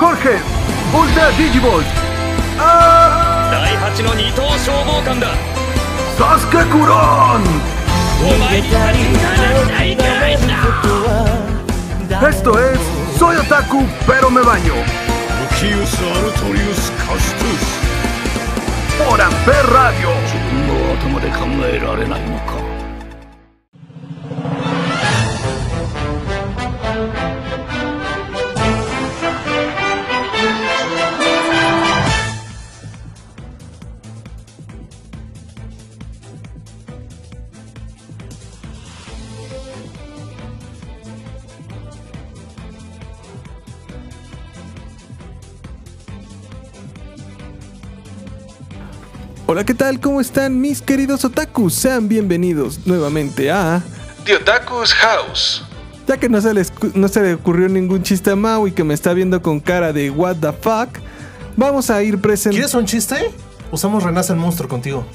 Jorge, Ultra Digimon, Ah! 第8の二等消防官だ Sasuke Kuron, お前に足りんならないかいな Esto es Soy Otaku, pero me baño. Por Amper Radio. 頭で考えられないのか Hola, ¿qué tal? ¿Cómo están mis queridos otakus? Sean bienvenidos nuevamente a... The Otaku's House. Ya que no se, les cu- no se le ocurrió ningún chiste a Maui que me está viendo con cara de what the fuck, vamos a ir presentando... ¿Quieres un chiste? Usamos Renace el monstruo contigo.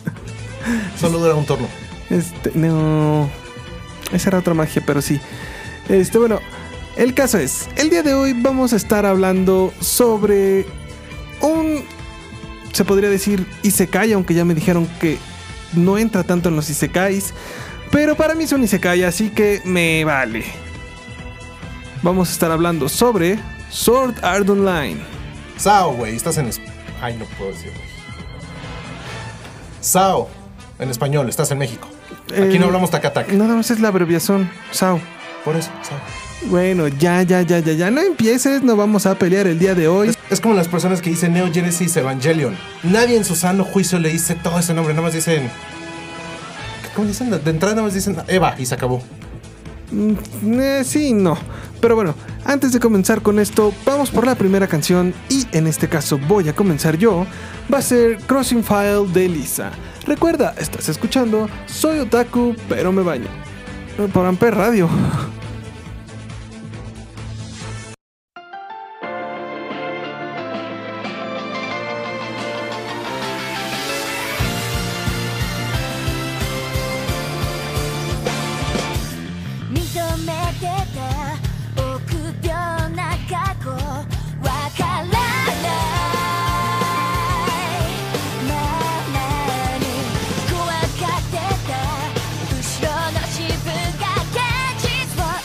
Solo dura un turno. Este, no... Esa era otra magia, pero sí. Este, bueno, el caso es, el día de hoy vamos a estar hablando sobre un... Se podría decir Isekai, aunque ya me dijeron que no entra tanto en los Isekais. Pero para mí es un Isekai, así que me vale. Vamos a estar hablando sobre Sword Art Online. Sao, güey, estás en. es- Ay, no puedo decir, güey. Sao, en español, estás en México. Aquí Eh, no hablamos tacatac. Nada más es la abreviación, Sao. Por eso, Sao. Bueno, ya, ya, ya, ya, ya. No empieces, no vamos a pelear el día de hoy. Es, es como las personas que dicen Neo Genesis Evangelion. Nadie en su sano juicio le dice todo ese nombre, nada más dicen. ¿Cómo dicen? De de entrada nada más dicen Eva y se acabó. Eh, sí, no. Pero bueno, antes de comenzar con esto, vamos por la primera canción y en este caso voy a comenzar yo. Va a ser Crossing File de Lisa. Recuerda, estás escuchando, soy otaku, pero me baño. Eh, Por Amper Radio. 認めてた臆病な過去わからないままに怖がってた後ろの自分が現実を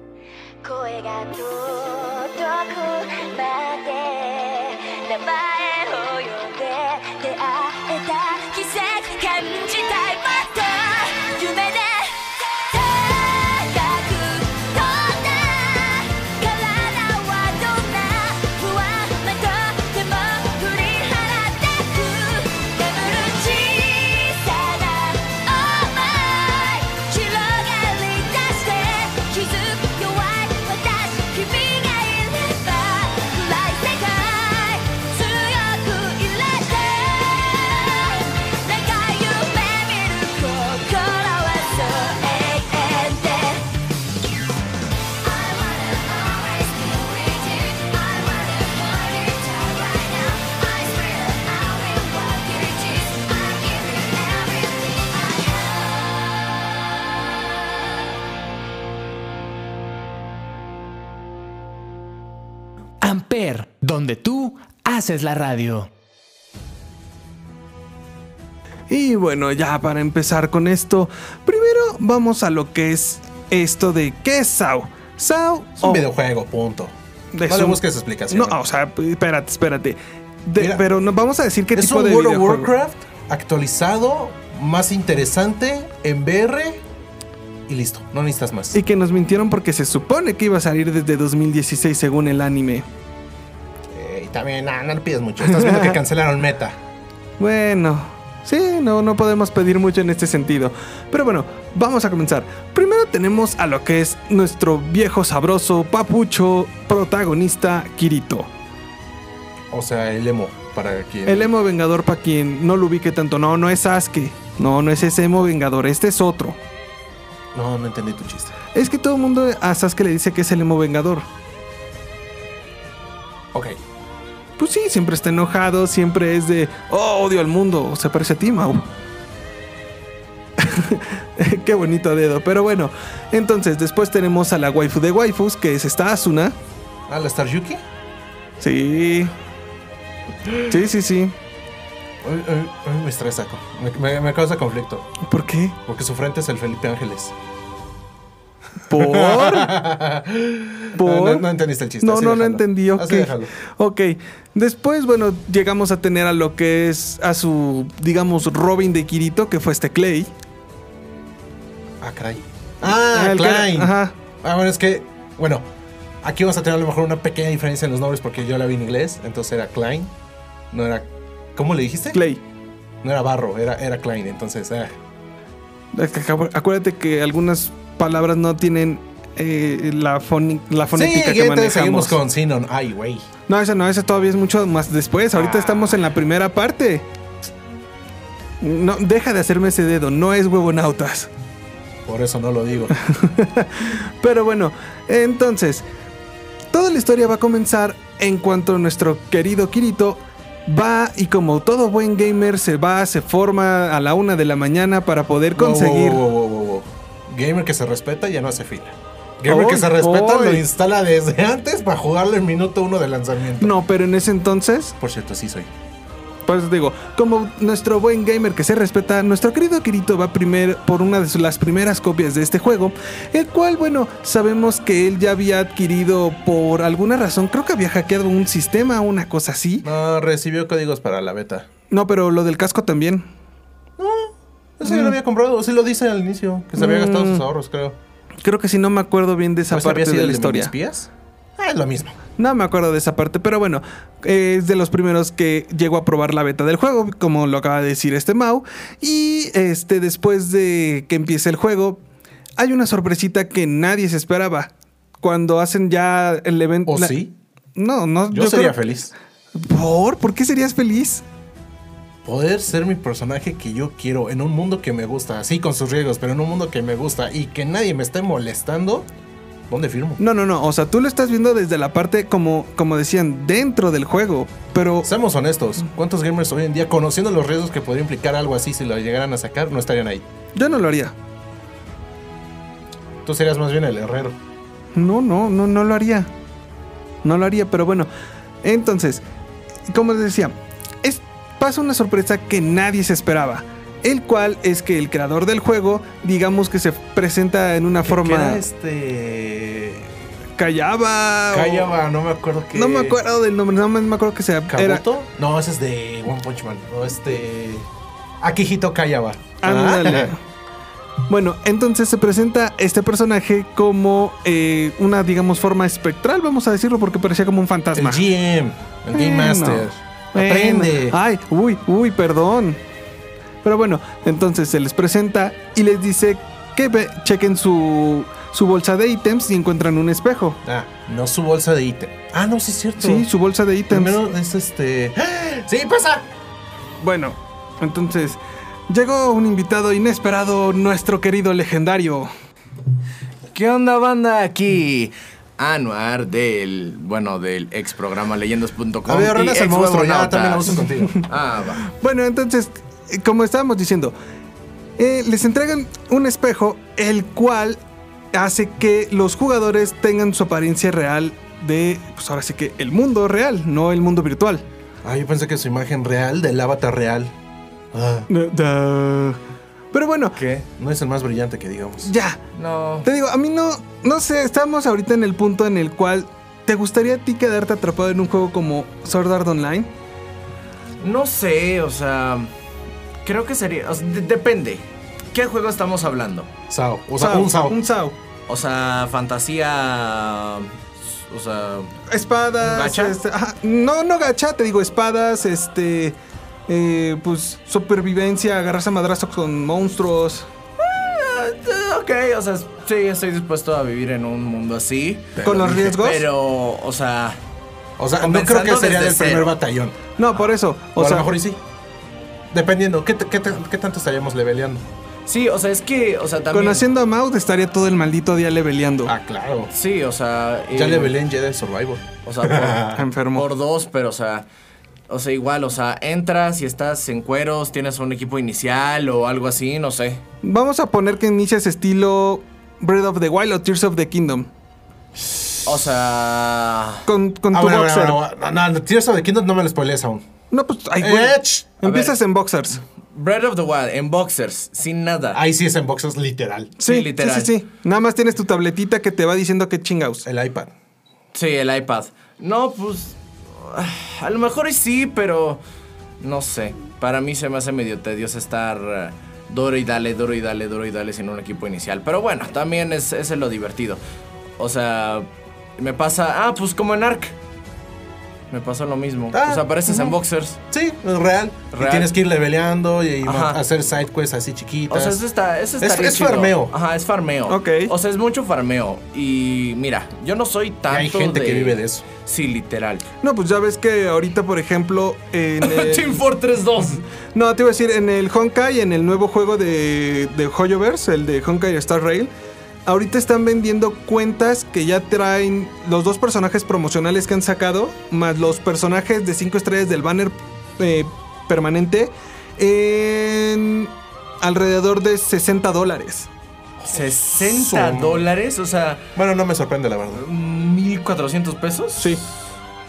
が届くまで名前を呼んで出会えた奇跡感じたいもっと夢で高く飛んだ体はどんな不安なとでも振り払ってく眠る小さな想い広がり出して気づく弱い私君がいれば暗い世界強くいれて長い夢見る心はそう永遠で I wanna always be with you. I wanna hold you tight right now. I swear that I will walk you to tears. I give you everything I have. Amper, donde tú haces la radio. Y bueno, ya para empezar con esto, primero vamos a lo que es esto de qué es SAO. SAO Es un videojuego, punto. no le busques explicación. Oh. No, ah, o sea, espérate, espérate. De- Mira. pero no, vamos a decir qué es tipo un de World of videojuego. Warcraft actualizado, más interesante, en VR y listo. No necesitas más. Y que nos mintieron porque se supone que iba a salir desde 2016 según el anime. Eh, y también, nah, no le pides mucho. Estás viendo que cancelaron Meta. Bueno, sí, no, no podemos pedir mucho en este sentido. Pero bueno, vamos a comenzar. Primero tenemos a lo que es nuestro viejo sabroso, papucho, protagonista, Kirito. O sea, el emo para quien. El emo vengador para quien no lo ubique tanto. No, no es Sasuke. No, no es ese emo vengador, este es otro. No, no entendí tu chiste. Es que todo el mundo a Sasuke le dice que es el emo vengador. Ok. Pues sí, siempre está enojado, siempre es de, oh, odio al mundo, se parece a ti, Mau. Qué bonito dedo, pero bueno. Entonces, después tenemos a la waifu de waifus, que es esta Asuna. Ah, la Star Yuki. Eh, Sí. Sí, sí, sí. eh, eh, me estresa. co- Me, me- me causa conflicto. ¿Por qué? Porque su frente es el Felipe Ángeles. ¿Por? No, no- no entendiste el chiste, No, así no lo déjalo. entendí. Ok. Así déjalo. Ok. Después, bueno, llegamos a tener a lo que es a su, digamos, Robin de Kirito, que fue este Clay. Ah, caray. Ah, el que era- Klein. ajá. Ah, bueno, es que. Bueno, aquí vamos a tener a lo mejor una pequeña diferencia en los nombres porque yo la vi en inglés. Entonces era Klein. No era. ¿Cómo le dijiste? Clay. No era Barro, era, era Klein. Entonces, ah, Es que acu- Acuérdate que algunas palabras no tienen eh, la, foni- la fonética sí, que entonces manejamos. seguimos con Sinon. Ay, güey. No, esa no, esa todavía es mucho más después. Ahorita Ah. estamos en la primera parte. No, deja de hacerme ese dedo, no es huevonautas. Por eso no lo digo. Pero bueno, entonces, toda la historia va a comenzar en cuanto nuestro querido Kirito va y como todo buen gamer se va, se forma a la una de la mañana para poder conseguir... Wow, wow, wow, wow, wow. Gamer que se respeta ya no hace fila. Gamer Ay, que se respeta ay. lo instala desde antes para jugarle el minuto uno de lanzamiento. No, pero en ese entonces Por cierto, sí soy. Por eso te digo, como nuestro buen gamer que se respeta, nuestro querido Kirito va primer por una de sus- las primeras copias de este juego, el cual, bueno, sabemos que él ya había adquirido por alguna razón, creo que había hackeado un sistema, una cosa así. No, recibió códigos para la beta. No, pero lo del casco también. Eso Mm. ya lo había comprado, sí lo dice al inicio, que se había gastado sus ahorros, creo. Creo que si no me acuerdo bien de Mm. esa ¿Esa parte Pues había sido de el la historia. Minispías? Ah, es lo mismo. No me acuerdo de esa parte, pero bueno, eh, es de los primeros que llegó a probar la beta del juego, como lo acaba de decir este Mau. Y este, después de que empiece el juego, hay una sorpresita que nadie se esperaba. Cuando hacen ya el evento. ¿O la- sí? No, no. Yo, sería creo- feliz. ¿Por? ¿Por qué serías feliz? Poder ser mi personaje que yo quiero en un mundo que me gusta, así con sus riesgos, pero en un mundo que me gusta y que nadie me esté molestando, ¿dónde firmo? No, no, no. O sea, tú lo estás viendo desde la parte, como, como decían, dentro del juego. Pero. Seamos honestos, ¿cuántos gamers hoy en día, conociendo los riesgos que podría implicar algo así si lo llegaran a sacar, no estarían ahí? Yo no lo haría. Tú serías más bien el herrero. No, no, no, no lo haría. No lo haría, pero bueno. Entonces, como les decía, es, pasa una sorpresa que nadie se esperaba. El cual es que el creador del juego, digamos que se presenta en una Que forma. era este. Callaba. o- Kaiba, no me acuerdo qué. Ah, oh. No me acuerdo del nombre, no me me acuerdo que se era. ¿Kabuto? No, ese es de One Punch Man. No, este. Akihito Kaiba. Ándale. Bueno, entonces se presenta este personaje como eh, una, digamos, forma espectral, vamos a decirlo, porque parecía como un Ah, El fantasma. GM, el Game Bueno. Master. Bueno. Aprende. Ay, uy, uy, perdón. Pero bueno, entonces se les presenta y les dice que ve- chequen su, su bolsa de ítems y encuentran un espejo. Ah, no su bolsa de ítem. Ah, no, sí es cierto. Sí, su bolsa de ítems. Primero es este. ¡Sí, pasa! Bueno, entonces llegó un invitado inesperado, nuestro querido legendario. ¿Qué onda, banda? Aquí Anuar del, bueno, del ex programa leyendas.com. A ver, ahora y no es el ex monstruo, ya, huevonautas. también la uso contigo. Ah, va. Bueno, entonces, eh, como estábamos diciendo, eh, les entregan un espejo el cual hace que los jugadores tengan su apariencia real de, pues ahora sí que el mundo real, no el mundo virtual. Ah, yo pensé que su imagen real del avatar real. Ah, Pero bueno, ¿Qué? No es el más brillante que digamos. ya. No. Te digo, a mí no, no sé, estamos ahorita en el punto en el cual te gustaría a ti quedarte atrapado en un juego como Sword Art Online. No sé, o sea. Creo que sería. o sea, de- depende. ¿Qué juego estamos hablando? Sao. O sea, un Sao. Un Sao. O sea, fantasía. O sea. Espadas. ¿Gacha? este, ajá, no, no gacha, te digo, espadas, este. eh, pues supervivencia, agarrarse a madrazos con monstruos. eh, Ok, o sea, sí, estoy dispuesto a vivir en un mundo así. ¿Con los riesgos? Pero, o sea. O sea, no creo que Comenzando sería desde del primer cero. batallón. No, por eso. Ah, O, O, a sea, lo mejor y sí. Dependiendo, ¿qué, t- qué t- qué tanto estaríamos leveleando? Sí, o sea, es que. O sea, también. conociendo a Maud estaría todo el maldito día leveleando. Ah, claro. Sí, o sea. Ya eh, levelé en Jedi Survival. O sea, por, Enfermo. por dos, pero o sea. O sea, igual, o sea, entras y estás en cueros, tienes un equipo inicial o algo así, no sé. Vamos a poner que inicias estilo Breath of the Wild o Tears of the Kingdom. O sea. Con, con Ah, tu bueno, bueno, boxer. bueno, bueno. No, no, Tears of the Kingdom no me lo spoilees aún. No, pues, ay, Eh, güey. ch- Empiezas en boxers. Breath of the Wild, en boxers, sin nada. Ahí sí es en boxes literal. Eh. Sí, Sí, sí, literal. sí, sí. Nada más tienes tu tabletita que te va diciendo que chingaos. El iPad. Sí, el iPad. No, pues. ah, A lo mejor y sí, pero. No sé. Para mí se me hace medio tedioso estar. eh, Duro y dale, duro y dale, duro y dale sin un equipo inicial. Pero bueno, también es, es lo divertido. O sea, me pasa. Ah, pues como en Ark. Me pasó lo mismo. Ah, o sea, pareces en Boxers. Sí, es real. Y Real. tienes que ir leveleando y, y Ajá. hacer side quests así chiquitas. O sea, eso está. Eso Es- estaría es chido. farmeo. Ajá, es farmeo. Ok. O sea, es mucho farmeo. Y mira, yo no soy Y tanto. hay gente que vive de eso. Sí, literal. No, pues ya ves que ahorita, por ejemplo, en el- Team Fortress 2. No, te iba a decir, en el Honkai, en el nuevo juego de, de Hoyoverse, el de Honkai Star Rail, ahorita están vendiendo cuentas que ya traen los dos personajes promocionales que han sacado, más los personajes de 5 estrellas del banner eh, permanente, en alrededor de 60 dólares. 60 dólares, o sea, Bueno, no me sorprende, la verdad. 1400 pesos. Sí.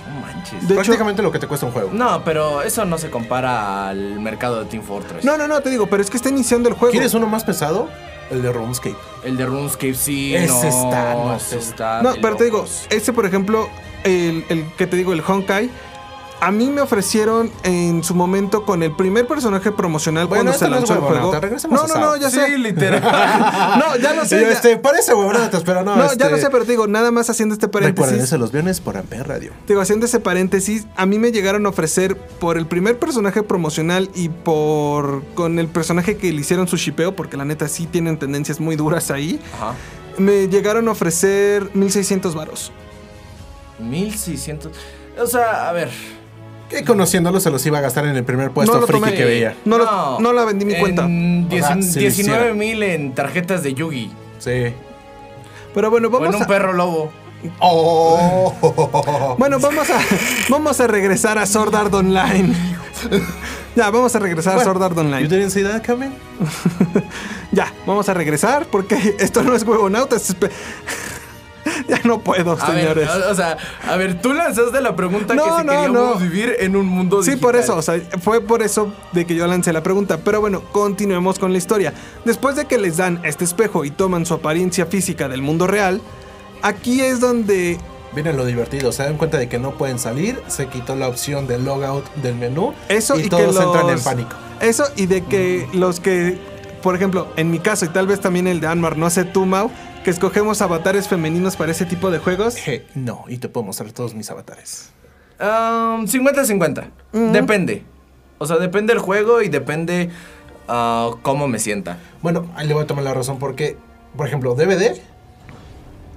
No manches. De hecho- Prácticamente lo que te cuesta un juego. No, pero eso no se compara al mercado de Team Fortress. No, no, no, te digo, pero es que está iniciando el juego. ¿Quieres uno más pesado? El de RuneScape. El de RuneScape sí. Ese no, está, no ese sé. está No, de pero te digo, locos. este por ejemplo, el, el que te digo, el Honkai, a mí me ofrecieron en su momento con el primer personaje promocional Bueno, cuando esto se no es lanzó el huevonauta, juego. regresemos No, a no, Sao. no, ya sé. Sí, literal. No, ya lo sé. Sí, ya- este, parece huevonatas, pero no. no, este, ya lo sé, pero te digo, nada más haciendo este Recuerden paréntesis. eso los viernes por Ampere Radio. Te digo, haciendo ese paréntesis, a mí me llegaron a ofrecer por el primer personaje promocional y por con el personaje que le hicieron su shipeo, porque la neta sí tienen tendencias muy duras ahí, Ajá. me llegaron a ofrecer 1600 varos. 1600. O sea, a ver. Que conociéndolo se los iba a gastar en el primer puesto lo friki tomé. que veía. No lo- no la vendí mi cuenta. En O sea, sí lo 19 mil en tarjetas de Yugi. Sí. Pero bueno, O en vamos un a... perro lobo. Oh. Bueno, vamos a, vamos a regresar a Sword Art Online. ya, vamos a regresar a Sword Art You Online. didn't see that coming? Ya, vamos a regresar porque esto no es huevonautas. es pe- ya no puedo, A señores. ver, o, o sea, a ver, tú lanzaste la pregunta No, que si no, queríamos no. vivir en un mundo Sí, digital. por eso, o sea, fue por eso de que yo lancé la pregunta. Pero bueno, continuemos con la historia. Después de que les dan este espejo y toman su apariencia física del mundo real, aquí es donde Viene lo divertido, se dan cuenta de que no pueden salir, se quitó la opción de logout del menú eso y, y, que todos los- entran en pánico. Eso y de que los que, por ejemplo, en mi caso y tal vez también el de Anmar, no sé tú, Mau, que escogemos avatares femeninos para ese tipo de juegos. Je, Eh, no, y te puedo mostrar todos mis avatares. Um, 50-50. Depende. O sea, depende del juego y depende ah, cómo me sienta. Bueno, ahí le voy a tomar la razón porque, por ejemplo, DVD.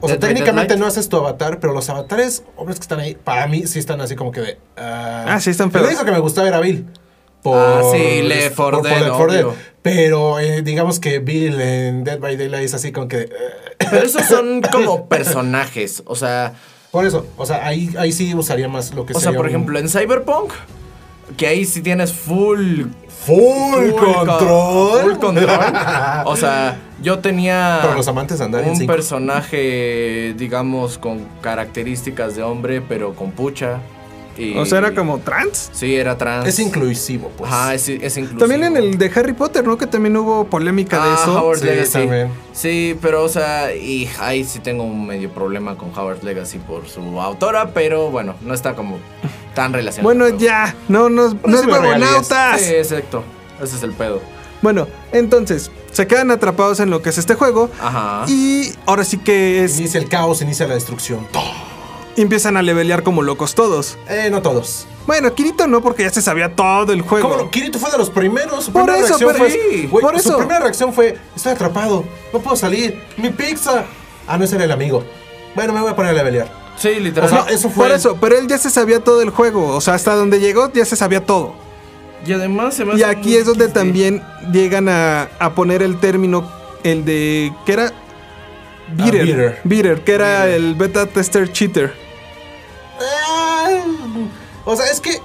O sea, Dead by técnicamente Deadlight. no haces tu avatar, pero los avatares, hombres que están ahí, para mí sí están así como que de. ah, Ah, sí están pero feos. eso que me gustaba era Bill. Por, Ah, sí, le por- por Fordel, Left 4 Dead. obvio. Pero eh, digamos que Bill en Dead by Daylight es así como que. eh, Pero esos son como personajes. O sea, por eso, o sea, ahí, ahí sí usaría más lo que o sea, sería por un ejemplo, en Cyberpunk, que ahí sí tienes full Full, Full con- control. Full control. O sea, yo tenía. Para los amantes de andar en Un cinco. personaje, digamos, con características de hombre, pero con pucha. y- O sea, era como trans. Sí, era trans. Es inclusivo, pues. Ajá, es, es inclusivo. También en el de Harry Potter, ¿no? Que también hubo polémica de Ah, eso. Howard Sí, Legacy. también. Sí, pero, o sea, y ahí sí tengo un medio problema con Howard Legacy por su autora, pero bueno, no está como tan relacionado. Bueno, al juego. ya, no, no, no es sube regalías. huevonautas. Sí, exacto. Ese es el pedo. Bueno, entonces, se quedan atrapados en lo que es este juego. Ajá. Y ahora sí que es. Inicia el caos, inicia la destrucción. Empiezan a levelear como locos todos. Eh, no todos. Bueno, Kirito no, porque ya se sabía todo el juego. ¿Cómo no? Kirito fue de los primeros. Su Por primera eso, reacción pero- fue- sí, güey, por Su eso. primera reacción fue: Estoy atrapado, no puedo salir, mi pizza. Ah, no, ese era el amigo. Bueno, me voy a poner a pelear. Sí, O literal. sea, eso fue. Por eso, pero él ya se sabía todo el juego. O sea, hasta donde llegó ya se sabía todo. Y además se me Y hace aquí muy es donde triste. también llegan a, a poner el término, el de. ¿Qué era? Ah, Bitter. bitter. que era el beta tester cheater. Ah, O sea, es que.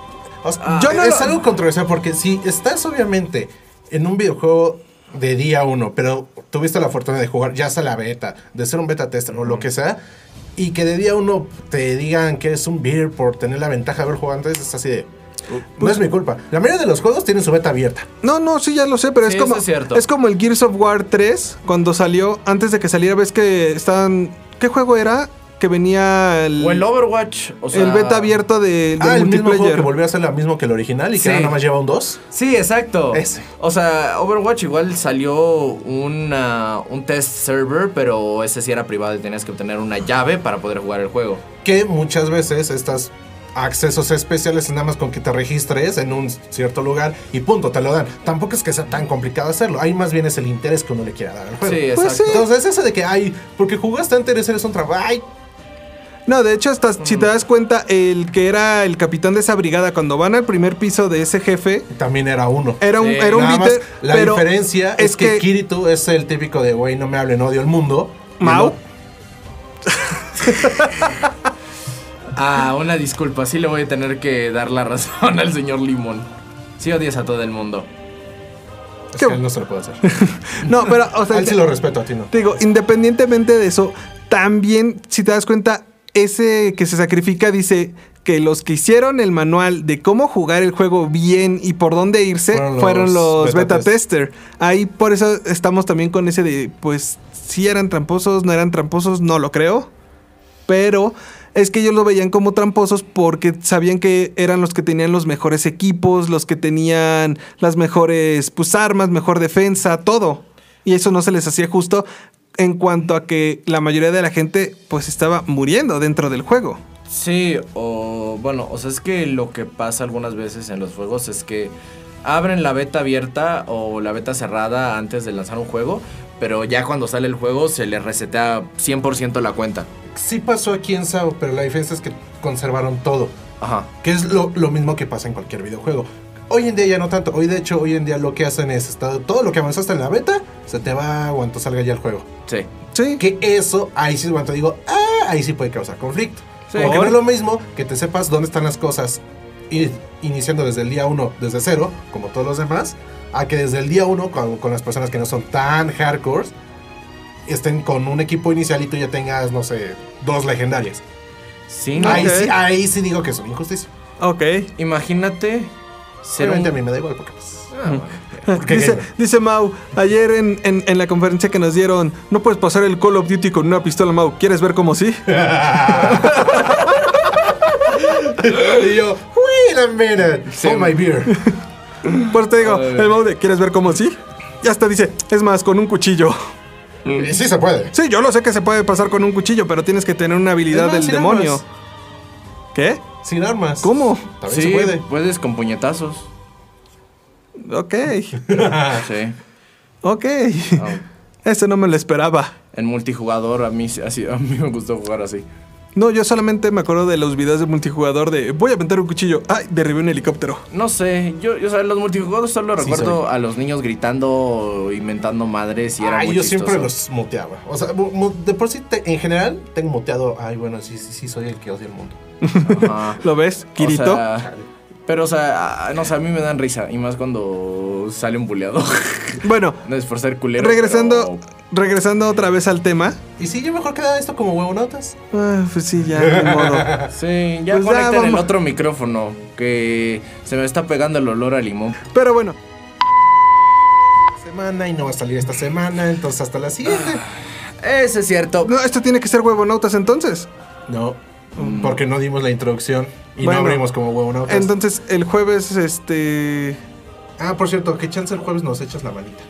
o sea, Ah. yo no es lo- algo controversial porque si estás obviamente en un videojuego de día uno, pero tuviste la fortuna de jugar ya sea la beta, de ser un beta tester o lo que sea, y que de día uno te digan que eres un beer por tener la ventaja de haber jugado antes, es así de. No es mi culpa. La mayoría de los juegos tienen su beta abierta. No, no, sí, ya lo sé, pero Sí, es como. eso es cierto. como el Gears of War 3, cuando salió, antes de que saliera, ves que estaban. ¿Qué juego era? Que venía el. O el Overwatch. O sea, el beta abierto de, del ah, el mismo juego que multiplayer. volvió a ser lo mismo que el original y Sí. que ahora nada más lleva un 2. Sí, exacto. Ese. O sea, Overwatch igual salió una- un test server, pero ese sí era privado y tenías que obtener una llave para poder jugar el juego. que muchas veces estas accesos especiales nada más con que te registres en un cierto lugar y punto, te lo dan. Tampoco es que sea tan complicado hacerlo, ahí más bien es el interés que uno le quiera dar al juego. Sí, exacto. Pues sí. Entonces eso de que, ay, porque jugaste antes eres un trabajo, ay, No, de hecho, hasta si te das cuenta, el que era el capitán de esa brigada, cuando van al primer piso de ese jefe, también era uno. era un, Sí, era un Nada más, bitter, la pero diferencia es, que, Kirito es el típico de, güey, no me hablen, odio el mundo. Y Mau. no- Ah, una disculpa, sí le voy a tener que dar la razón al señor Limón. Sí odias a todo el mundo. es ¿Qué? que él no se lo puede hacer. No, pero, o sea, A él sí lo respeto, a ti no. te digo, independientemente de eso, también, si te das cuenta, ese que se sacrifica dice que los que hicieron el manual de cómo jugar el juego bien y por dónde irse Fueron los fueron los, beta, beta tester. Ahí por eso estamos también con ese de, pues, si eran tramposos, no eran tramposos, no lo creo. Pero es que ellos lo veían como tramposos porque sabían que eran los que tenían los mejores equipos, los que tenían las mejores pues, armas, mejor defensa, todo. Y eso no se les hacía justo en cuanto a que la mayoría de la gente pues estaba muriendo dentro del juego. Sí, o bueno, o sea, es que lo que pasa algunas veces en los juegos es que abren la beta abierta o la beta cerrada antes de lanzar un juego, pero ya cuando sale el juego se le resetea 100% la cuenta. Sí pasó aquí en Sao, pero la diferencia es que conservaron todo. Ajá. Que es lo, lo mismo que pasa en cualquier videojuego. Hoy en día ya no tanto. Hoy de hecho, hoy en día lo que hacen es está- todo lo que avanzaste en la beta se te va cuando salga ya el juego. Sí. Sí. Que eso, ahí sí es cuando digo, ah, ahí sí puede causar conflicto. Sí. Porque no es lo mismo que te sepas dónde están las cosas ir iniciando desde el día uno, desde cero, como todos los demás, a que desde el día uno, con, con las personas que no son tan hardcore, estén con un equipo inicial y tú ya tengas, no sé, dos legendarias. Sí, Ah, no. Ahí, ah. Ok. sí, ahí sí digo que es una injusticia. Ok. Imagínate Ser Realmente a mí un... me da igual porque pues, Ah, bueno. porque dice, gamer. dice Mau, ayer en, en- en la conferencia que nos dieron, no puedes pasar el Call of Duty con una pistola, Mau. ¿Quieres ver cómo sí? y yo, wait a minute, Sí. oh my beer. Por eso te digo, el Mau de, ¿quieres ver cómo sí? Y hasta dice, es más, con un cuchillo. Y sí se puede. Sí, yo lo sé que se puede pasar con un cuchillo, pero tienes que tener una habilidad Es más, del sin demonio. armas. ¿Qué? Sin armas. ¿Cómo? También Sí, se puede. puedes con puñetazos. Ok, Sí. ok. Ah, Ese no me lo esperaba. En multijugador a mí, así, a mí me gustó jugar así. No, yo solamente me acuerdo de los videos de multijugador de voy a aventar un cuchillo. Ay, derribé un helicóptero. No sé, yo, yo o sea, los multijugadores solo Sí, recuerdo a los niños gritando, inventando madres y era Ay, muy yo chistoso. siempre los muteaba. O sea, mu- mu- de por sí, te- en general, tengo muteado. Ay, bueno, sí, sí, sí, soy el que odia el mundo. Ajá. ¿Lo ves? Kirito. O sea, pero, o sea, a- no sé, a mí me dan risa. Y más cuando sale un buleado. bueno, no es por ser culero. regresando, pero- regresando otra vez al tema. Y sí, yo mejor quedaba esto como huevonotas. Ah, pues sí, ya, de modo. Sí, ya Pues ya, conecten el vamos. otro micrófono. Que se me está pegando el olor a limón. Pero bueno, Semana y no va a salir esta semana, entonces hasta la siguiente. Eso es cierto. no, esto tiene que ser huevonautas entonces. No, porque no dimos la introducción y Bueno. no abrimos como huevonautas. Entonces, el jueves, este. ah, por cierto, que chance el jueves nos echas la manita.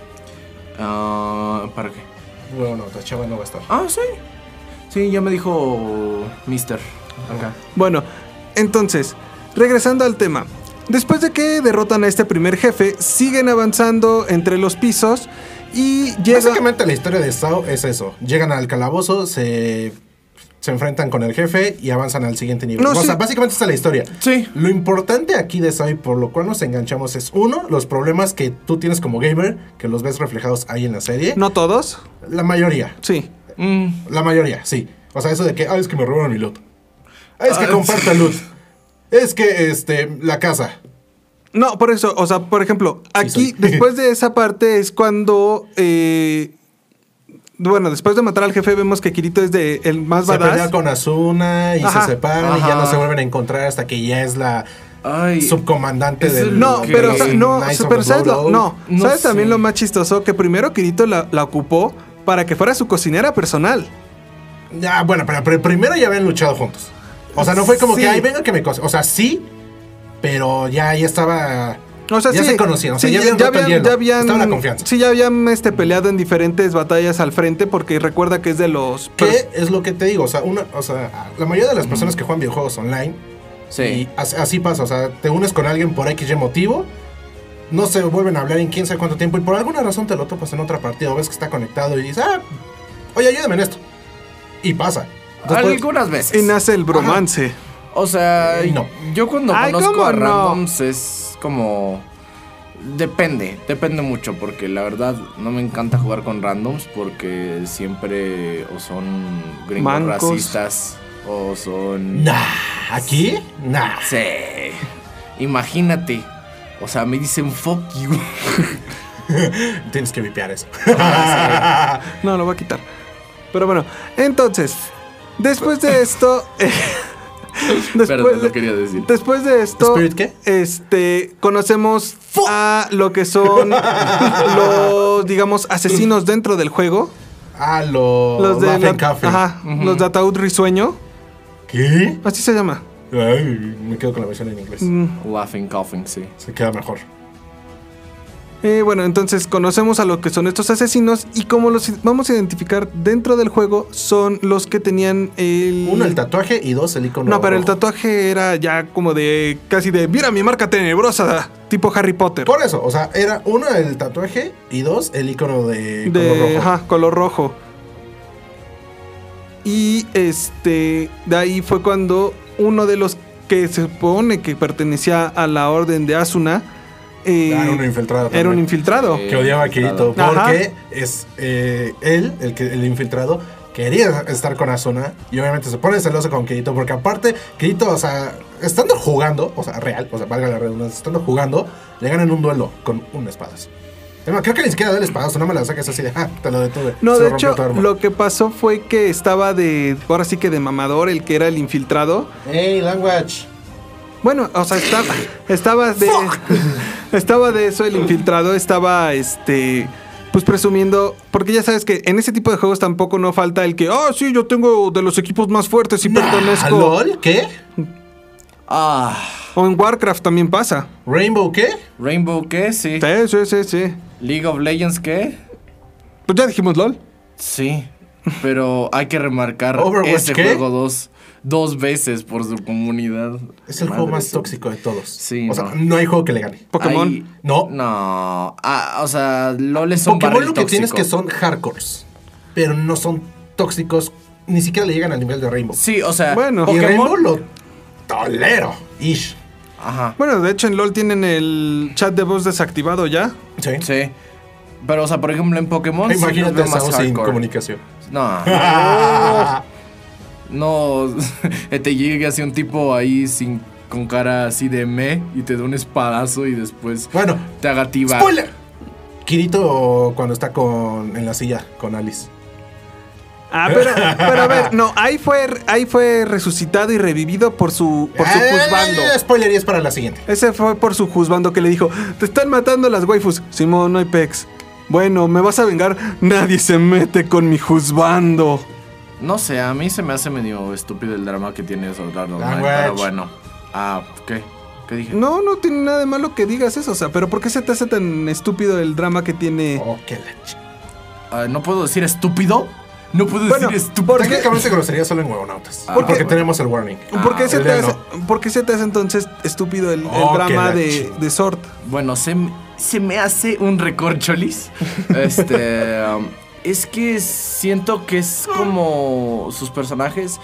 Ah, ¿Para qué? Huevonautas, chava no va a estar. Ah, sí. Sí, ya me dijo Mister. Acá. Bueno, entonces, regresando al tema. Después de que derrotan a este primer jefe, siguen avanzando entre los pisos y llega. Básicamente la historia de Sao es eso. Llegan al calabozo, se, se enfrentan con el jefe y avanzan al siguiente nivel. No, o sí. sea, básicamente esa es la historia. Sí. Lo importante aquí de Sao y por lo cual nos enganchamos es, uno, los problemas que tú tienes como gamer, que los ves reflejados ahí en la serie. ¿No todos? La mayoría. Sí. Mm, La mayoría, sí. O sea, eso de que, ah, es que me robaron mi loot. Ah, es que Ah, comparta loot. Es que, este, la casa. No, por eso, o sea, por ejemplo, aquí soy. después de esa parte es cuando, eh, bueno, después de matar al jefe vemos que Kirito es de el más Se pelea badass. con Asuna y Ajá. se separan y ya no Ajá. se vuelven a encontrar hasta que ya es la Ay. subcomandante Eso es del... No, Ok. pero o sea, del no, Knights of pero the sabes Blood lo, Oath. no, No sabes también sé. lo más chistoso que primero Kirito la, la ocupó para que fuera su cocinera personal. Ya, bueno, pero, pero primero ya habían luchado juntos. O sea, no fue como Sí. que, ay, venga que me cose. O sea, sí, pero ya, ya estaba... O sea, ya sí, se conocían, o sea, sí, ya, habían roto el hielo. ya habían- Estaba la confianza. Sí, ya habían este, peleado en diferentes batallas al frente porque recuerda que es de los... ¿Qué es lo que te digo? O sea, una, o sea, la mayoría de las personas que juegan videojuegos online sí. Y as- así pasa, o sea, te unes con alguien por XY motivo, no se vuelven a hablar en quién sabe cuánto tiempo y por alguna razón te lo topas en otra partida o ves que está conectado y dices, ah, oye, ayúdame en esto. Y pasa. Entonces, pues, Algunas Y veces. nace el bromance. O sea, No. yo cuando Ay, conozco ¿cómo a no? randoms es como. Depende, depende mucho, porque la verdad no me encanta jugar con randoms porque siempre o son gringos Mancos. racistas o son. nah, ¿aquí? Nah. Sí. Imagínate. O sea, me dicen fuck you. Tienes que vipear eso. Ah, No, lo voy a quitar. Pero bueno, entonces, después de esto. eh, Perdón, después, lo de, quería decir. después de esto. ¿Spirit qué? Este. Conocemos a lo que son los, digamos, asesinos dentro del juego. ah, lo... Los de. Muffin la- Café. Ajá, Los de Ataúd Risueño. ¿Qué? Así se llama. Ay, me quedo con la versión en inglés. Mm. Laughing, coughing, sí. Se queda mejor. Eh, bueno, entonces conocemos a lo que son estos asesinos y como los i- vamos a identificar dentro del juego son los que tenían el... Uno, el tatuaje y dos, el icono. No, pero el rojo. tatuaje era ya como de casi de mira mi marca tenebrosa, tipo Harry Potter. Por eso, o sea, era uno, el tatuaje y dos, el icono de... de color rojo. ajá, color rojo. Y este de ahí fue cuando uno de los que se supone que pertenecía a la orden de Asuna eh, Ah, era un infiltrado era un también. infiltrado. Sí. que odiaba a Kirito porque Ajá. es eh, él, el, que, el infiltrado, quería estar con Asuna y obviamente se pone celoso con Kirito porque aparte Kirito, o sea, estando jugando, o sea, real, o sea, valga la redundancia, estando jugando, le ganan un duelo con un espadazo. Además, creo que ni siquiera da el espadazo, no me la saques así de, ah, te lo detuve. No, se de rompió hecho, tu arma. lo que pasó fue que estaba de. Ahora sí que de mamador, el que era el infiltrado. Hey, language. Bueno, o sea, estaba, estaba de. Estaba de eso el infiltrado, estaba este. Pues presumiendo, porque ya sabes que en ese tipo de juegos tampoco no falta el que, ah, sí, yo tengo de los equipos más fuertes y ¿A pertenezco. LOL? ¿Qué? Ah, O en Warcraft también pasa. ¿Rainbow qué? Rainbow, ¿qué? Sí. Sí, sí, sí, sí. League of Legends, ¿qué? Pues ya dijimos LOL. Sí. Pero hay que remarcar Overwatch, este ¿qué? juego dos, dos veces por su comunidad. Es el juego Madre más santa. tóxico de todos. Sí, O sea, no. no hay juego que le gane. Pokémon. Ahí- No. No. Ah, o sea, LOL es un Pokémon barril lo que tienes tóxico. que son hardcores, pero no son tóxicos, ni siquiera le llegan al nivel de Rainbow. Sí, o sea, Bueno. y Rainbow Pokémon. lo tolero. Ish. Ajá. Bueno, de hecho en LOL tienen el chat de voz desactivado ya. Sí. Sí. Pero, o sea, por ejemplo, en Pokémon. sí los Imagínate veo a Sao sin hardcore. comunicación. No. No. Te llegue así un tipo ahí sin. Con cara así de me y te da un espadazo y después Bueno, te haga tiba. ¡Spoiler! Kirito cuando está con, en la silla con Alice. Ah, pero, pero a ver, no, ahí fue, ahí fue resucitado y revivido por su, por su juzgando. Eh, spoiler y es para la siguiente. Ese fue por su juzgando que le dijo, te están matando las waifus. Simón, no hay pex. Bueno, ¿me vas a vengar? Nadie se mete con mi juzgando. No sé, a mí se me hace medio estúpido el drama que tiene Soldado Online, Language. pero bueno. Ah, ¿qué? ¿Qué dije? No, no tiene nada de malo que digas eso, o sea, pero ¿por qué se te hace tan estúpido el drama que tiene... Oh, qué la ch- Ah, ¿No puedo decir estúpido? No puedo Bueno, decir estúpido. Técnicamente grosería solo en huevonautas. Ah, porque bueno. tenemos el warning. ¿Por qué, Ah, se te Elena. hace, por qué se te hace entonces estúpido el, el Oh, que drama la de, chingada. de Sort? Bueno, se, m- se me hace un recorcholis. este. um, es que siento que es como. Sus personajes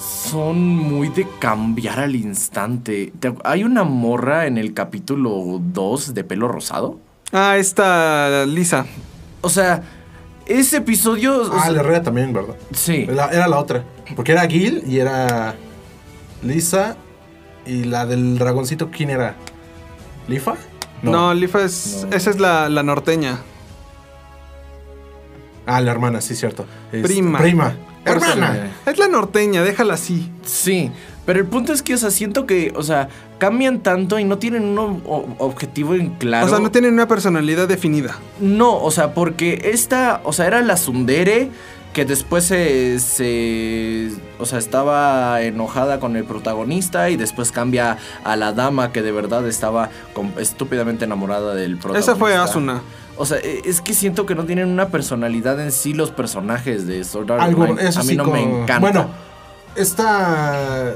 son muy de cambiar al instante. Te acu- Hay una morra en el capítulo 2 de pelo rosado. Ah, esta Lisa. O sea, ese episodio. o Ah, sea, la Herrera también, ¿verdad? sí. La- era la otra. Porque era Gil y era Lisa. Y la del dragoncito, ¿quién era? ¿Lifa? No, Lifa es... Esa es la, la norteña. Ah, la hermana, sí, cierto. Es- Prima. Prima. Por eso Hermana. me- Es la norteña, déjala así. Sí, pero el punto es que, o sea, siento que, o sea, cambian tanto y no tienen un ob- o- objetivo en claro. O sea, no tienen una personalidad definida. No, o sea, porque esta, o sea, era la Sundere que después se, se- O sea, estaba enojada con el protagonista y después cambia a la dama que de verdad estaba com- estúpidamente enamorada del protagonista. Esa fue Asuna. O sea, e- es que siento que no tienen una personalidad en sí los personajes de Sword Art Algo, Online. eso A mí sí, no como- me encanta. Bueno, esta.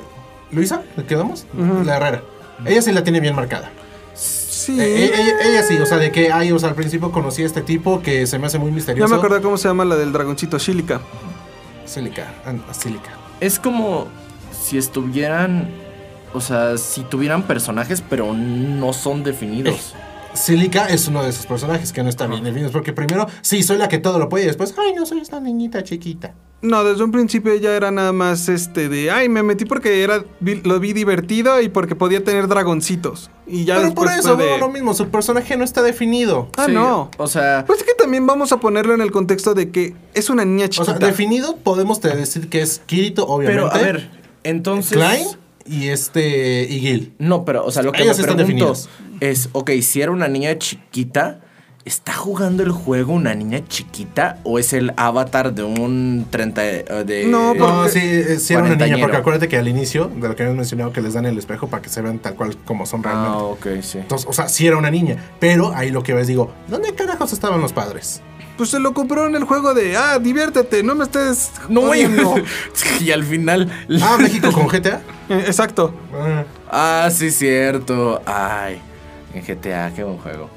Luisa, ¿le quedamos? La Herrera. Ella sí la tiene bien marcada. Sí. Eh, Ella, ella sí, o sea, de que, ay, o sea, al principio conocí a este tipo que se me hace muy misterioso. Ya me acuerdo cómo se llama la del dragoncito, Shilika. Sílica, an- sílica. es como si estuvieran. O sea, si tuvieran personajes, pero no son definidos. Silica es uno de esos personajes que no está bien definido. Porque primero, sí, soy la que todo lo puede. Y después, ay, no soy esta niñita chiquita. No, desde un principio ella era nada más este de, ay, me metí porque era vi- lo vi divertido y porque podía tener dragoncitos. Y ya Pero por después eso, fue de- bueno, lo mismo, su personaje no está definido. Ah, Sí, no. O sea, Pues es que también vamos a ponerlo en el contexto de que es una niña O chiquita. sea, definido podemos te decir que es Kirito, obviamente. pero a ver, entonces. Klein y este. Y Gil. No, pero, o sea, lo que Ellas me están pregunto definidas. es, ok, si era una niña chiquita, ¿está jugando el juego una niña chiquita o es el avatar de un 30 eh, de No, No, porque- sí, eh, sí era una niña, Cuarentañero. porque acuérdate que al inicio, de lo que habíamos mencionado, que les dan el espejo para que se vean tal cual como son realmente. Ah, ok, sí. Entonces, o sea, sí era una niña. Pero ahí lo que ves, digo, ¿dónde carajos estaban los padres? Pues se lo compró en el juego de, ah, diviértete, no me estés... No, güey. jodiendo". y al final Ah, México con GTA. Eh, Exacto. Ah. Ah, sí cierto. Ay, en GTA, qué buen juego.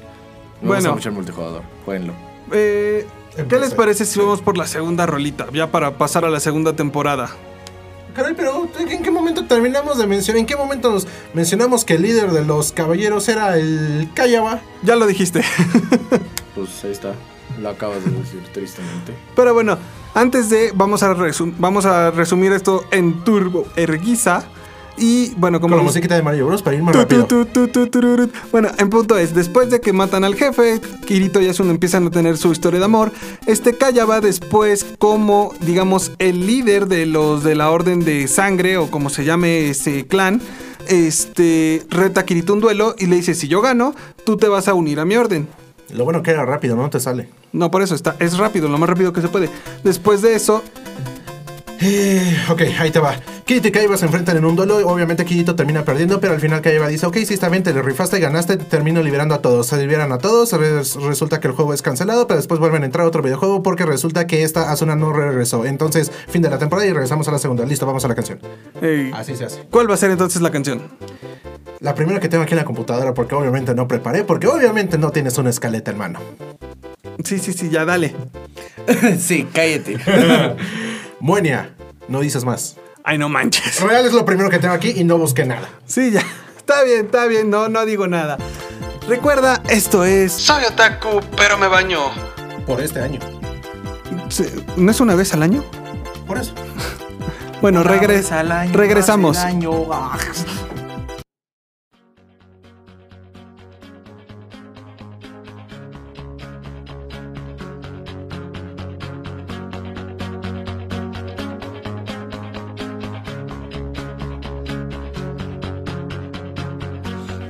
Me gusta Bueno. mucho el multijugador. Jueguenlo. Eh, ¿Qué les Empecé. parece si vamos por la segunda rolita? Ya para pasar a la segunda temporada. Caray, pero ¿en qué momento terminamos de mencionar? ¿En qué momento nos mencionamos que el líder de los caballeros era el Callaba? Ya lo dijiste. Pues ahí está. Lo acabas de decir tristemente. Pero bueno, antes de. Vamos a, resu- vamos a resumir esto en Turbo Erguiza. Y bueno, Con como. la musiquita de Mario Bros. para ir más Tu, tu, rápido. tu, tu, tu, tururut. Bueno, en punto es, después de que matan al jefe, Kirito y Asuno empiezan a tener su historia de amor. Este Kaya va después como, digamos, el líder de los de la Orden de Sangre o como se llame ese clan. este, reta a Kirito un duelo y le dice, si yo gano, tú te vas a unir a mi orden. Lo bueno que era rápido, no te sale. No, por eso, está, es rápido, lo más rápido que se puede. Después de eso, Eh, ok, ahí te va. Kirito y Kaiba se enfrentan en un duelo. Obviamente Kirito termina perdiendo, pero al final Kaiba dice, ok, sí, está bien, te le rifaste, ganaste, termino liberando a todos. Se liberan a todos, res- resulta que el juego es cancelado, pero después vuelven a entrar a otro videojuego porque resulta que esta Asuna no regresó. Entonces, fin de la temporada y regresamos a la segunda. Listo, vamos a la canción. eh, Así se hace. ¿cuál va a ser entonces la canción? La primera que tengo aquí en la computadora, porque obviamente no preparé, porque obviamente no tienes una escaleta, hermano. Sí, sí, sí, ya dale. sí, cállate. Moenia, no dices más. Ay, no manches. Real es lo primero que tengo aquí y no busqué nada. Sí, ya. Está bien, está bien, no, no digo nada. Recuerda, esto es... Soy otaku, pero me baño. Por este año. se- ¿No es una vez al año? Por eso. Bueno, regres- regresamos.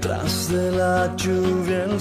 Tras de la lluvia, el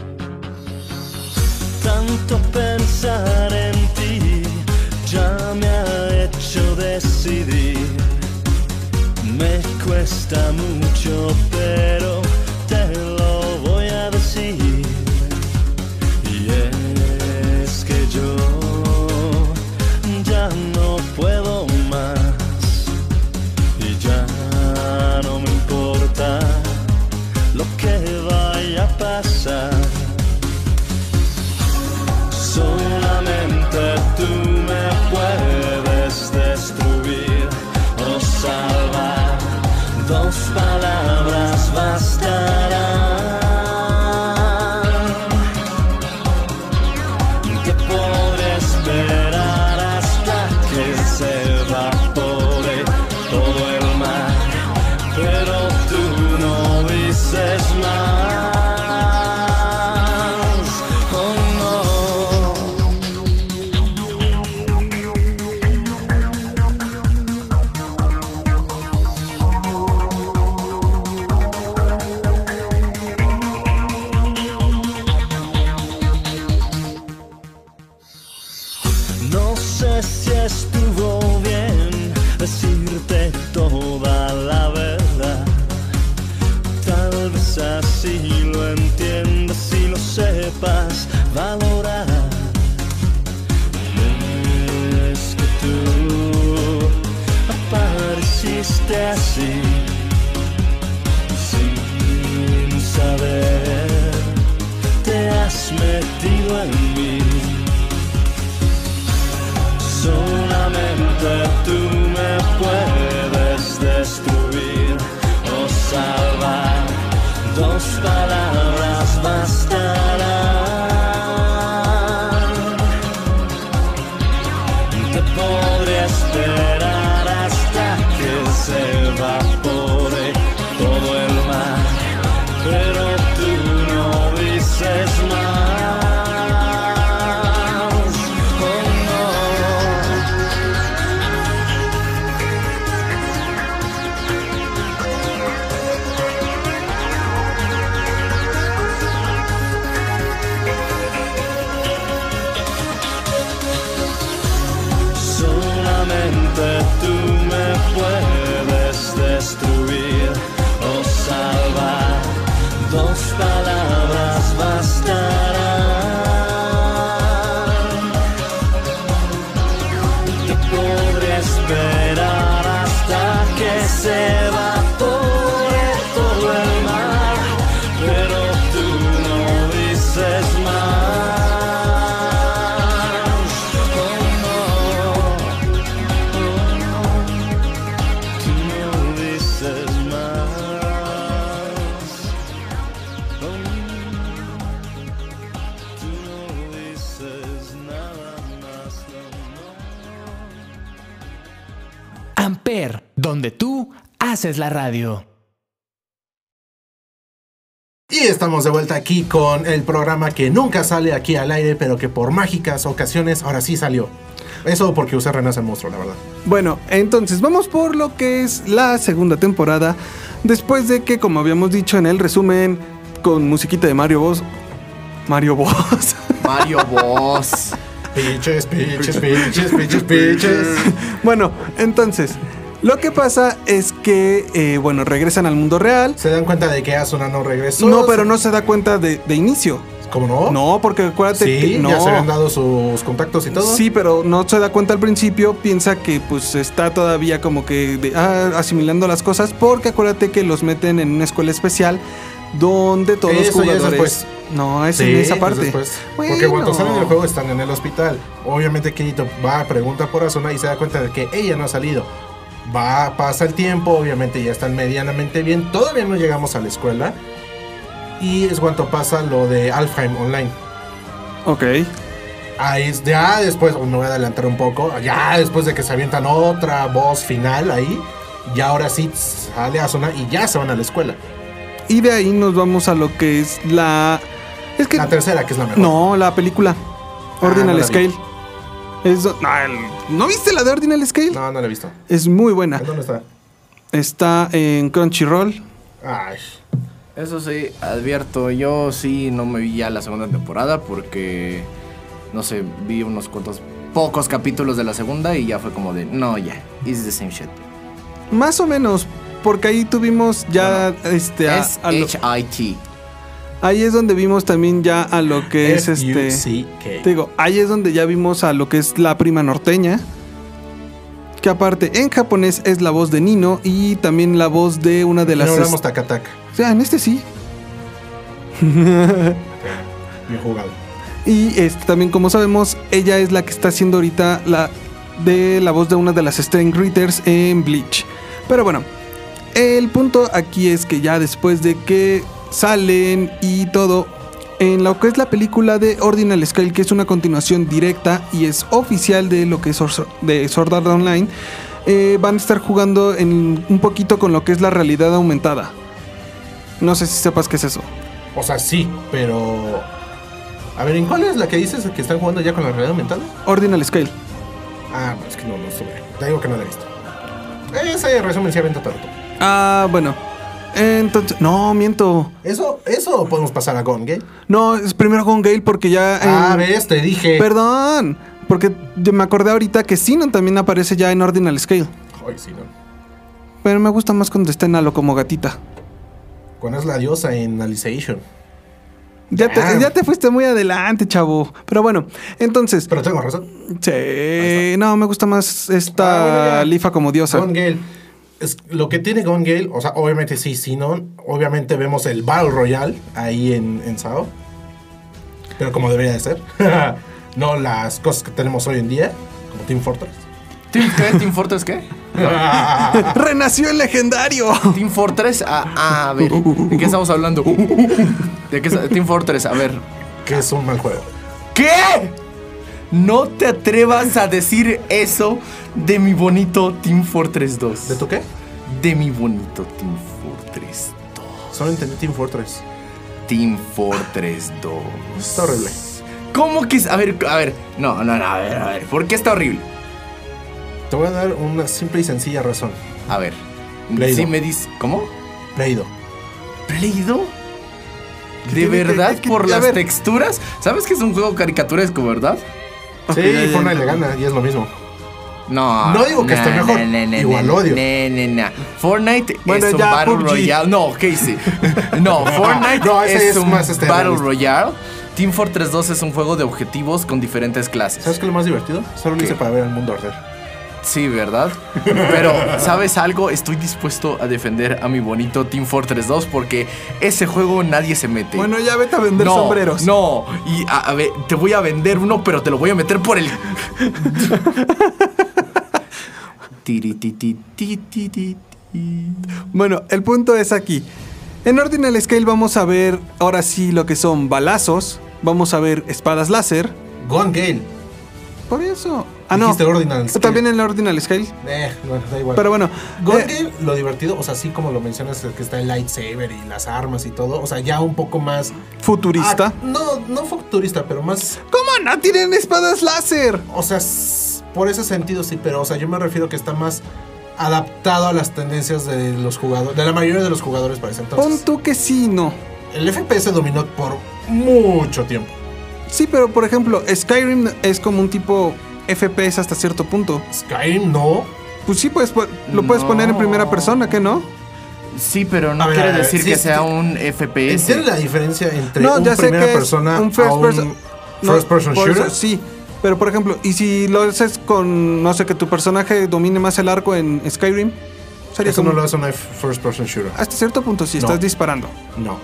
tanto pensar en ti ya me ha hecho decidir. Me cuesta mucho, pero te lo voy a decir. Y es que yo ya no puedo más. Y ya no me importa lo que vaya a pasar. Solamente tú me puedes destruir o salvar. Dos palabras bastarán. ¿Qué podré esperar hasta que se evapore todo el mar? Pero tú no dices más. Oh no. No sé si estuvo bien decirte toda la verdad. Tal vez así lo entiendas y lo sepas valorar. Es que tú apareciste así, sin saber, te has metido en mí. Solamente tú me puedes destruir o salvar. Dos palabras bastarán. Te podré esperar hasta que se evapore todo el mar. Pero tú no dices más. Oh, no. Solamente tú me puedes destruir o salvar. Dos palabras bastarán. Te podré esperar hasta que se evapore todo el mar, pero tú no dices más. Oh, no. Tú no dices más. Oh, no. donde tú haces la radio. Y estamos de vuelta aquí con el programa que nunca sale aquí al aire, pero que por mágicas ocasiones ahora sí salió. Eso porque usted renace el monstruo, la verdad. Bueno, entonces vamos por lo que es la segunda temporada. Después de que, como habíamos dicho en el resumen, con musiquita de Mario Bros. Mario Bros. Mario Boss. Piches, piches, piches, piches, piches. bueno, entonces, lo que pasa es que, eh, bueno, regresan al mundo real. Se dan cuenta de que Asuna no regresó. No, pero no se da cuenta de, de inicio. ¿Cómo no? No, porque acuérdate ¿Oh? Sí, que no. ya se habían dado sus contactos y todo. Sí, pero no se da cuenta al principio, piensa que pues está todavía como que de- ah, asimilando las cosas, porque acuérdate que los meten en una escuela especial donde todos los Eso ya es jugadores. después. No, es Sí, en esa pues parte. después. Porque cuando salen del juego están en el hospital. Obviamente Kirito va, pregunta por Asuna y se da cuenta de que ella no ha salido. Va, pasa el tiempo, obviamente ya están medianamente bien. Todavía no llegamos a la escuela. Y es cuando pasa lo de Alfheim Online. Ok. Ahí es- ya después, oh, me voy a adelantar un poco, ya después de que se avientan otra voz final ahí, ya ahora sí sale Asuna y ya se van a la escuela. Y de ahí nos vamos a lo que es la. Es que. La tercera, que es la mejor. no, la película. Ordinal no la vi. Scale. Es do- no, el- ¿No viste la de Ordinal Scale? No, no la he visto. Es muy buena. ¿En ¿Dónde está? Está en Crunchyroll. Ay, Eso sí, advierto, yo sí no me vi ya la segunda temporada porque, no sé, vi unos cuantos pocos capítulos de la segunda y ya fue como de, no, ya, it's the same shit. Más o menos, porque ahí tuvimos ya este a- es a lo- H.I.T. ahí es donde vimos también ya a lo que es este F.U.C.K.. te digo, ahí es donde ya vimos a lo que es la prima norteña. Que aparte en japonés es la voz de Nino y también la voz de una de las no hablamos est- Takataka. O sea, en este sí. Bien jugado. Y este, también, como sabemos, ella es la que está haciendo ahorita la de la voz de una de las Strength Readers en Bleach. Pero bueno, el punto aquí es que ya después de que salen y todo, en lo que es la película de Ordinal Scale, que es una continuación directa y es oficial de lo que es Sor- de Sword Art Online, eh, van a estar jugando en un poquito con lo que es la realidad aumentada. No sé si sepas qué es eso. O sea, sí, pero. A ver, ¿en cuál es la que dices que están jugando ya con la realidad mental? Ordinal Scale. Ah, no, es que no, no estuve. Te digo que no la he visto. Ese resumen se aventa tanto. Ah, bueno. Entonces, no, miento. Eso, eso podemos pasar a Gone Gale. No, es primero con Gale porque ya. Ah, en- ves, te dije. Perdón. Porque yo me acordé ahorita que Sinon también aparece ya en Ordinal Scale. Ay, sí, no. Pero me gusta más cuando está en Halo como gatita. Cuando es la diosa en Alicization. Ya te, Ah. ya te fuiste muy adelante, chavo. Pero bueno, entonces. Pero tengo razón. Sí, no, me gusta más Ah, bueno, esta ya. Lifa como diosa. Gone Gale. Es, lo que tiene Gone Gale, o sea, obviamente sí, sí, no. Obviamente vemos el Battle Royale ahí en, en Sao. Pero como debería de ser. no las cosas que tenemos hoy en día, como Team Fortress. ¿Team qué? ¿Team Fortress qué? ¡Renació el legendario! ¿Team Fortress? Ah, a ver, ¿de qué estamos hablando? ¿De qué es- Team Fortress? A ver. que es un mal juego. ¿Qué? No te atrevas a decir eso de mi bonito Team Fortress 2. ¿De tu qué? de mi bonito Team Fortress 2. Solo entendí Team Fortress. Team Fortress 2. Está horrible. ¿Cómo que es? A ver, a ver. No, no, no, a ver, a ver. ¿Por qué está horrible? Te voy a dar una simple y sencilla razón. A ver. Play Si Doh. me dices. ¿Cómo? Pleido. ¿Pleido? ¿De tiene que- verdad? qué- qué- ¿Por a las ver. texturas? ¿Sabes que es un juego caricaturesco, verdad? Sí, ya, ya, forma ya. le gana y es lo mismo. No. No digo que esté mejor, igual lo odio. No, no, no. Fortnite Bueno, es un ya, Battle PUBG. Royale. No, ¿qué hice? No, Fortnite No, ese es, es un más este, Battle realista. Royale. Team Fortress 2 es un juego de objetivos con diferentes clases. ¿Sabes qué es lo más divertido? Solo lo ¿Qué? hice para ver al mundo arder. Sí, ¿verdad? Pero, ¿sabes algo? Estoy dispuesto a defender a mi bonito Team Fortress 2 porque ese juego nadie se mete. Bueno, ya vete a vender no, sombreros. No, y a, a ver, te voy a vender uno, pero te lo voy a meter por el. Tiri, ti, ti, ti, ti, ti, ti. Bueno, el punto es aquí. En Ordinal Scale vamos a ver ahora sí lo que son balazos, vamos a ver espadas láser. Gone Gale. Por eso. Ah, no. Dijiste Ordinal Scale. También en la Ordinal Scale. Eh, bueno, da igual. Pero bueno, Gold eh, Game, lo divertido, o sea, así como lo mencionas, el que está el lightsaber y las armas y todo, o sea, ya un poco más. futurista. Ah, no, no futurista, pero más. ¿Cómo no tienen espadas láser? O sea, s- por ese sentido sí, pero, o sea, yo me refiero que está más adaptado a las tendencias de los jugadores, de la mayoría de los jugadores para ese Pon entonces. tú que sí, no. El FPS dominó por mucho tiempo. Sí, pero por ejemplo, Skyrim es como un tipo FPS hasta cierto punto. Skyrim no. Pues sí, puedes, po- lo puedes No. poner en primera persona, ¿qué no? Sí, pero no A ver, a quiere ver, decir sí, que sí. sea un FPS. ¿Entiendes la diferencia entre No, un ya sé primera que es persona un first a un person- No, first person por eso, shooter? sí, pero por ejemplo, ¿y si lo haces con, no sé, que tu personaje domine más el arco en Skyrim? Sería Eso como- Ah. no lo hace una first person shooter. Hasta cierto punto, si No. estás disparando. No.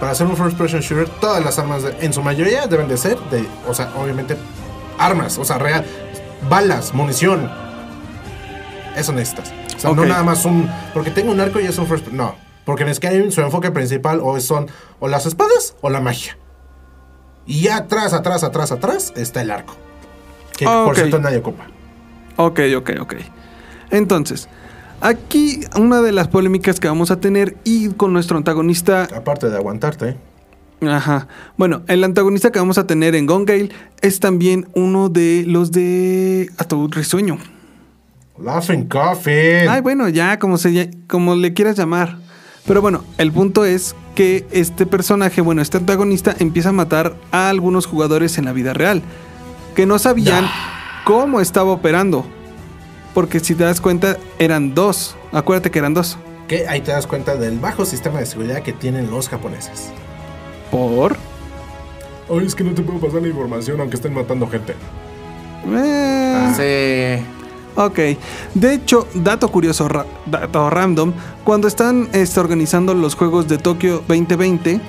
Para hacer un first person shooter, todas las armas, de- en su mayoría, deben de ser de, o sea, obviamente, armas, o sea, real, balas, munición. Eso necesitas. O sea, no Ok. nada más un. Porque tengo un arco y es un first. No. Porque en Skyrim su enfoque principal o son o las espadas o la magia. Y ya atrás, atrás, atrás, atrás está el arco. Que Ah, por ok. cierto nadie ocupa. Ok, ok, ok. Entonces, aquí una de las polémicas que vamos a tener y con nuestro antagonista Aparte de aguantarte. Ajá. Bueno, el antagonista que vamos a tener en Gone Gale es también uno de los de Ataúd Risueño. Laughing Coffin. Ay, bueno, ya, como, se, lla- como le quieras llamar. Pero bueno, el punto es que este personaje, bueno, este antagonista empieza a matar a algunos jugadores en la vida real que no sabían cómo estaba operando. Porque si te das cuenta, eran dos. Acuérdate que eran dos. Que ahí te das cuenta del bajo sistema de seguridad que tienen los japoneses. ¿Por? Oye, es que no te puedo pasar la información aunque estén matando gente. Eh. Sí. Ok. De hecho, dato curioso, ra- dato random, cuando están este, organizando los Juegos de Tokio 2020,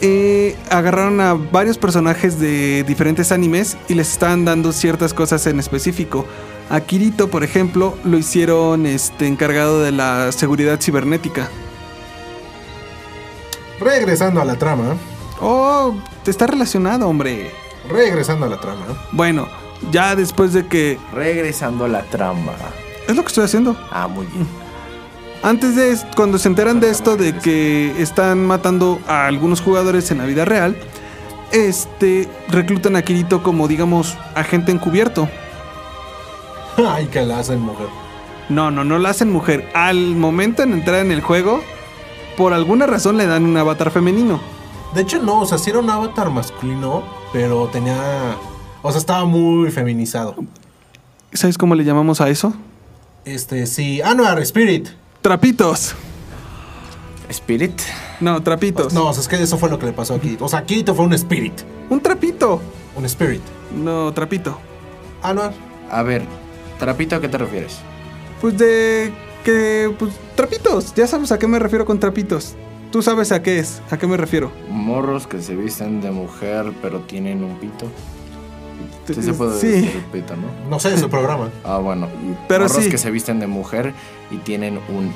eh, agarraron a varios personajes de diferentes animes y les estaban dando ciertas cosas en específico. A Kirito, por ejemplo, lo hicieron este, encargado de la seguridad cibernética. Regresando a la trama. Oh, está relacionado, hombre. Regresando a la trama. Bueno, ya después de que... Regresando a la trama. Es lo que estoy haciendo. Ah, muy bien. Antes de es- cuando se enteran de esto, de que están matando a algunos jugadores en la vida real, este reclutan a Kirito como, digamos, agente encubierto. Ay, que la hacen mujer. No, no, no la hacen mujer. Al momento en entrar en el juego, por alguna razón le dan un avatar femenino. De hecho, no, o sea, sí era un avatar masculino, pero tenía. O sea, estaba muy feminizado. ¿Sabes cómo le llamamos a eso? Este, sí. Ah, no, era Spirit. Trapitos. Spirit. No, trapitos. No, o sea, es que eso fue lo que le pasó a Kirito. O sea, Kirito fue un Spirit. Un trapito. Un Spirit. No, trapito. Ah, no. A ver, trapito, ¿a qué te refieres? Pues de que pues trapitos, ya sabes a qué me refiero con trapitos. Tú sabes a qué es, a qué me refiero. Morros que se visten de mujer pero tienen un pito. Sí se puede Sí. decir pito, ¿no? No sé, de su programa. Ah, bueno. Pero Morros sí. que se visten de mujer y tienen un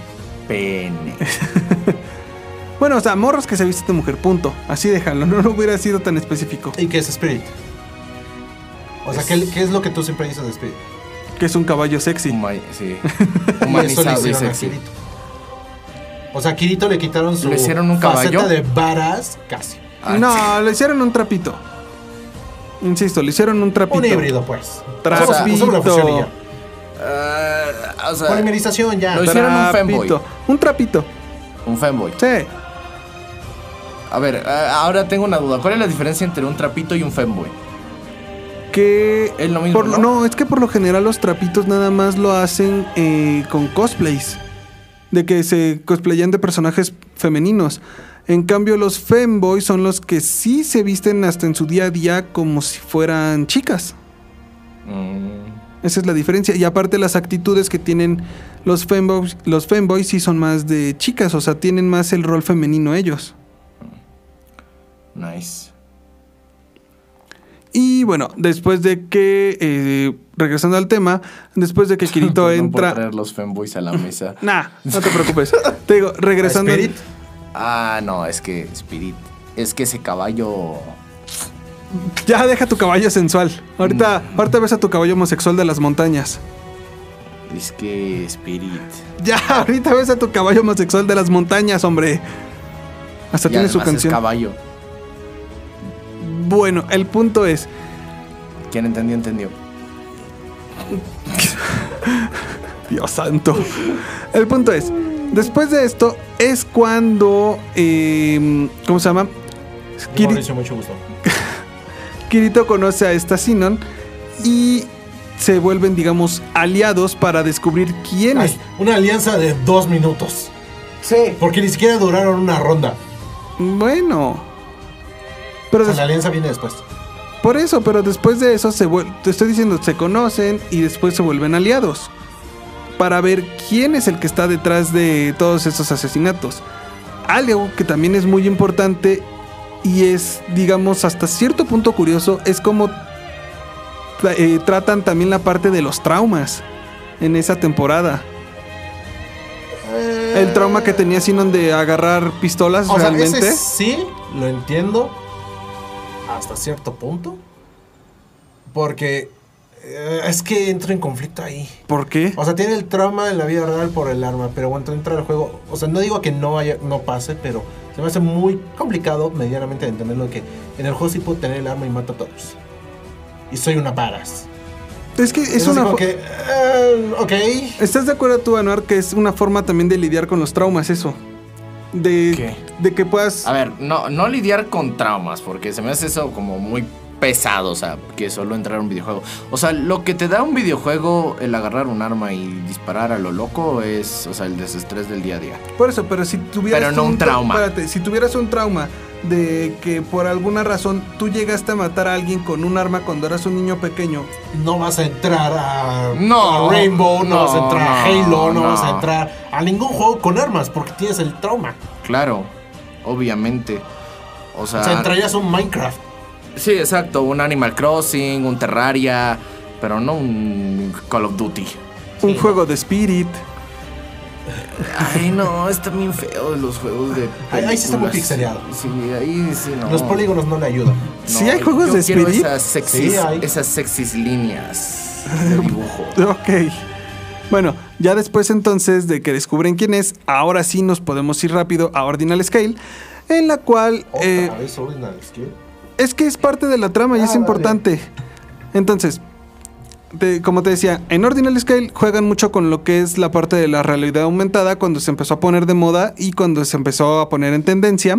pene. Bueno, o sea, morros que se visten de mujer, punto. Así déjalo, no lo hubiera sido tan específico. ¿Y qué es Spirit? O sea, ¿qué, qué es lo que tú siempre dices de Spirit? Que es un caballo sexy. Huma- sí. Y eso le Humanizado y hicieron a sexy. Kirito. O sea, a Kirito le quitaron su ¿Le hicieron un faceta caballo? de varas casi. Ah, no, le hicieron un trapito. Insisto, le hicieron un trapito. Un híbrido, pues. Trapito. O sea, puso una fusión y ya. Ah, o sea, Polimerización ya. Lo hicieron un fanboy. Trapito. Un trapito. un fanboy. Sí. A ver, ah, ahora tengo una duda. ¿Cuál es la diferencia entre un trapito y un fanboy? Que. Es lo mismo, por lo- ¿no? no, es que por lo general los trapitos nada más lo hacen eh, con cosplays. De que se cosplayan de personajes femeninos. En cambio, los femboys son los que sí se visten hasta en su día a día como si fueran chicas. Mm, Esa es la diferencia. Y aparte las actitudes que tienen los fanboys, los fanboys sí son más de chicas, o sea, tienen más el rol femenino ellos. nice. Y bueno, después de que, eh, regresando al tema, después de que Kirito Perdón Por entra... traer los fanboys a la mesa. Nah, no te preocupes. Te digo, regresando... al- Spirit? Ah, no, es que Spirit. Es que ese caballo. Ya deja tu caballo sensual. Ahorita, Mm. ahorita ves a tu caballo homosexual de las montañas. Es que Spirit. Ya, ahorita ves a tu caballo homosexual de las montañas, hombre. Hasta Y tiene su además es canción. caballo. Bueno, el punto es, Quien entendió, entendió. Dios santo. El punto es, después de esto es cuando, eh, ¿cómo se llama? Kiri- Mauricio, mucho gusto. Kirito conoce a esta Sinon y se vuelven, digamos, aliados para descubrir quién es. Ay, una alianza de dos minutos. Sí. Porque ni siquiera duraron una ronda. Bueno. Pero O sea, des- la alianza viene después. por eso, pero después de eso se vuel- te estoy diciendo, se conocen y después se vuelven aliados para ver quién es el que está detrás de todos esos asesinatos. Algo que también es muy importante y es, digamos, hasta cierto punto curioso, es cómo tra- eh, tratan también la parte de los traumas en esa temporada. El trauma que tenía Sinon de agarrar pistolas O sea, realmente. ese sí lo entiendo hasta cierto punto. Porque eh, es que entro en conflicto ahí. ¿Por qué? O sea, tiene el trauma en la vida real por el arma, pero cuando entra al juego, o sea, no digo que no haya, no pase, pero se me hace muy complicado medianamente de entender lo que en el juego sí puedo tener el arma y mato a todos. Y soy una varas. Es que es así una. como fo- que, eh, ok. ¿Estás de acuerdo tú, Anuar, que es una forma también de lidiar con los traumas, eso? De, ¿Qué? de que puedas. A ver, no, no lidiar con traumas, porque se me hace eso como muy pesado, o sea, que solo entrar a un videojuego. O sea, lo que te da un videojuego, el agarrar un arma y disparar a lo loco, es, o sea, el desestrés del día a día. Por eso, pero si tuvieras. Pero no un tra- trauma. Espérate, si tuvieras un trauma de que por alguna razón tú llegaste a matar a alguien con un arma cuando eras un niño pequeño. No vas a entrar a, No, a Rainbow, no, no, vas a entrar a no, Halo, no, no. vas a entrar a ningún juego con armas porque tienes el trauma. Claro, obviamente. O sea, O sea, entrarías a un Minecraft. sí, exacto, un Animal Crossing, un Terraria, pero no un Call of Duty. Un juego de Spirit. Ay, no, están bien feos los juegos de. Ahí- ahí sí está muy películas. pixeleado. Sí, ahí sí, no. Los polígonos no le ayudan. ¿Sí hay juegos yo de quiero Spirit? Esas sexys, Sí, hay. esas sexys líneas de dibujo. Ok. Bueno, ya después entonces de que descubren quién es, ahora sí nos podemos ir rápido a Ordinal Scale, en la cual. Otra eh, vez Ordinal Skill. Es que es parte de la trama y Ah, es vale. importante. Entonces, te- como te decía, en Ordinal Scale juegan mucho con lo que es la parte de la realidad aumentada cuando se empezó a poner de moda y cuando se empezó a poner en tendencia.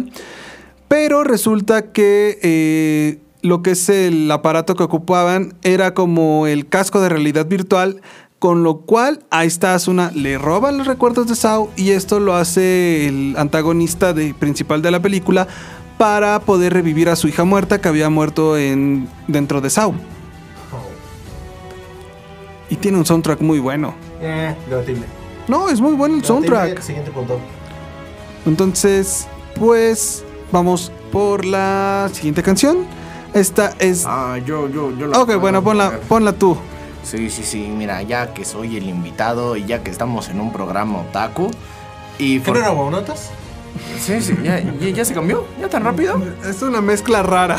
Pero resulta que eh, lo que es el aparato que ocupaban era como el casco de realidad virtual, con lo cual a esta Asuna le roban los recuerdos de Sao y esto lo hace el antagonista de- principal de la película para poder revivir a su hija muerta que había muerto en, dentro de Sao. Oh. Y tiene un soundtrack muy bueno. Eh, debatible. No, es muy bueno el soundtrack. Debatible, Siguiente punto. Entonces, pues vamos por la siguiente canción. Esta es... Ah, yo, yo, yo ok, bueno, ponla, ponla tú. Sí, sí, sí, mira, ya que soy el invitado y ya que estamos en un programa otaku. Y ¿Qué no por- era Guaunotas? Sí, sí, ya, ya, ya se cambió, ya tan rápido. Es una mezcla rara.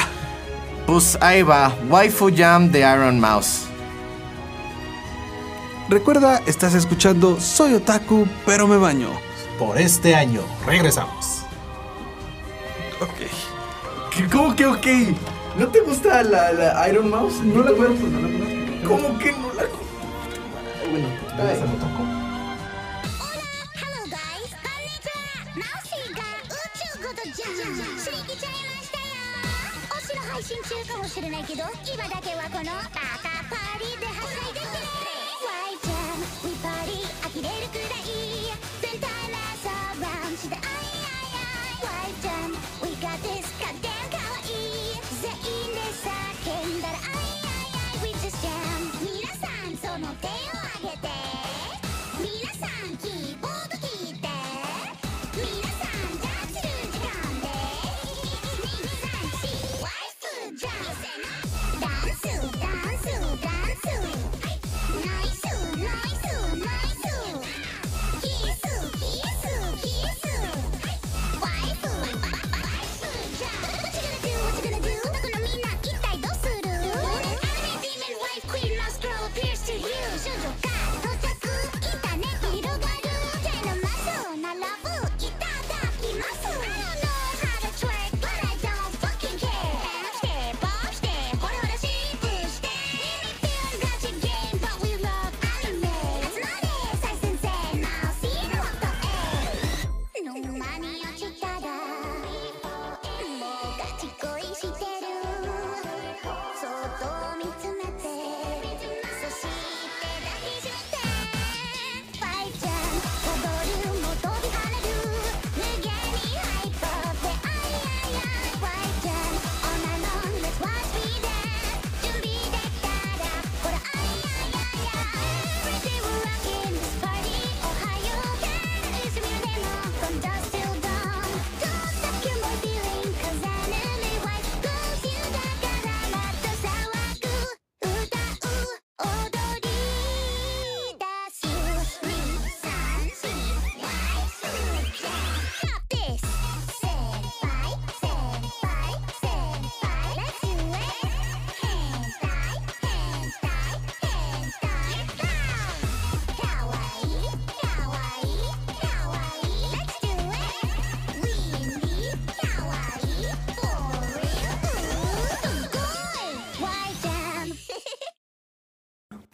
Pues ahí va, Waifu Jam de Iron Mouse. Recuerda, estás escuchando Soy Otaku, pero me baño. Por este año. Regresamos. ¿Cómo que ok? ¿No te gusta la, Iron Mouse? No la conozco, no ¿Cómo que no la Se me tocó. ハローガイズこんにちはマウシーが宇宙ごとじゃんすりきちゃいましたよお城配信中かもしれないけど今だけはこのバカパーリーではしゃいでてワイちゃんミパーリー呆れるくらい全体ラサラウンしてあいあいあいワイちゃん We got this かっかわいい全員で叫んだらあいあいあい We just jam 皆さんその手を挙げて皆さんキーボード聞いて皆さんジャンプする時間で23ワイスジャンダンスダンスダンスナイスナイスナイスキー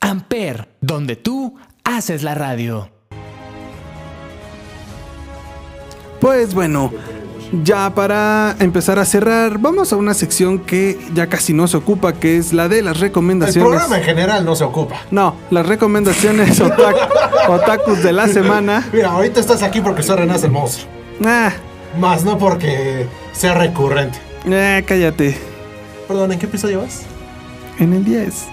Amper, donde tú haces la radio. Pues bueno, ya para empezar a cerrar, vamos a una sección que ya casi no se ocupa, que es la de las El recomendaciones. programa en general no se ocupa. No, las recomendaciones otak- otakus de la semana. Mira, ahorita estás aquí porque usted renace el monstruo. Ah, Más no porque sea recurrente. eh, cállate. Perdón, ¿en qué episodio vas? En el 10.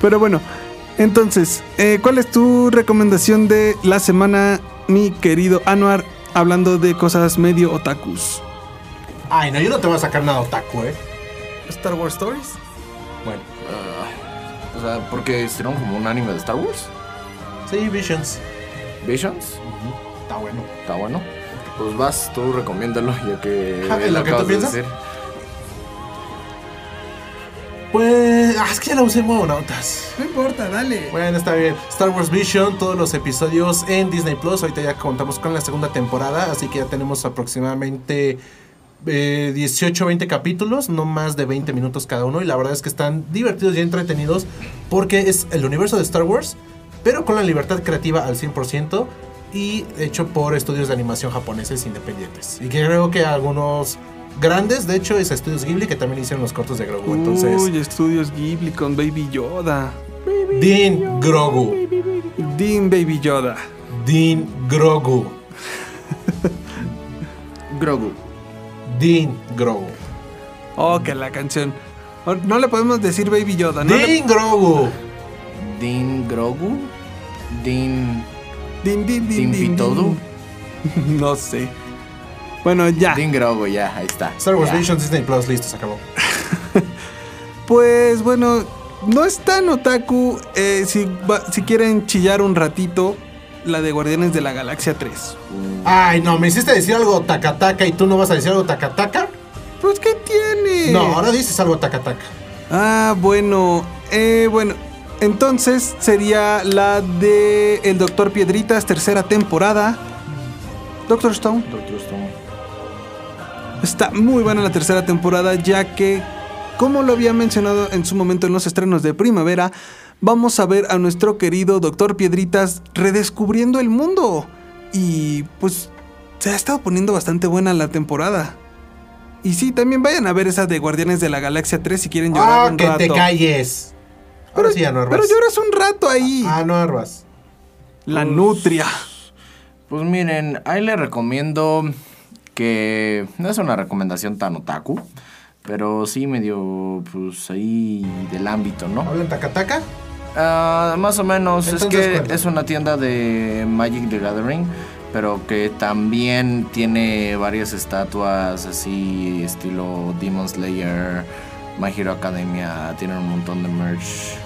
Pero bueno, entonces, eh, ¿cuál es tu recomendación de la semana, mi querido Anuar, hablando de cosas medio otakus? Ay, no, yo no te voy a sacar nada otaku, eh. Star Wars Stories. Bueno, Ah, o sea, porque hicieron como un anime de Star Wars. sí, Visions. Visions. Está bueno. Está bueno. Pues vas, tú recomiéndalo, ya que. Ah, ¿en lo que tú acabas de piensas? decir. Pues. ah, es que ya la usé en Huevonautas. No importa, dale. Bueno, está bien. Star Wars Vision, todos los episodios en Disney Plus. Ahorita ya contamos con la segunda temporada, así que ya tenemos aproximadamente eh, 18, 20 capítulos, no más de 20 minutos cada uno. Y la verdad es que están divertidos y entretenidos porque es el universo de Star Wars, pero con la libertad creativa al 100% y hecho por estudios de animación japoneses independientes. Y que creo que algunos grandes, de hecho, es Estudios Ghibli que también hicieron los cortos de Grogu. Entonces, Uy, estudios Ghibli con Baby Yoda. Dean Grogu. Dean Baby Yoda. Dean Grogu. Grogu. Dean Grogu. Oh, que la canción. Oh, No le podemos decir Baby Yoda, ¿no? le- Dean Grogu. Din Grogu. Din. Din, din, din, Din din, Pitodu. din. No sé. Bueno, ya. Din Grogu, ya, ahí está. Star Wars Ya. Visions Disney Plus, listo, se acabó. Pues bueno, no es tan otaku. eh, si, va- si quieren chillar un ratito, la de Guardianes de la Galaxia 3. Ay, no, me hiciste decir algo tacataca y tú no vas a decir algo tacataca. Pues, ¿qué tiene? No, ahora dices algo tacataca. Ah, bueno. eh, bueno, entonces sería la de El Doctor Piedritas, tercera temporada. Doctor Stone. Doctor Stone. Está muy buena la tercera temporada ya que, como lo había mencionado en su momento en los estrenos de primavera, vamos a ver a nuestro querido Doctor Piedritas redescubriendo el mundo. Y pues se ha estado poniendo bastante buena la temporada. Y sí, también vayan a ver esa de Guardianes de la Galaxia 3 si quieren llorar Ah, un que rato. te calles. Ahora sí ya no Pero arbas. lloras un rato ahí. Ah, no arbas. la nutria. Pues miren, ahí les recomiendo que no es una recomendación tan otaku, pero sí medio, pues ahí del ámbito, ¿no? ¿Hablan tacataca? Ah, más o menos, es Entonces, que ¿cuál? es una tienda de Magic the Gathering, pero que también tiene varias estatuas así, estilo Demon Slayer, My Hero Academia, tienen un montón de merch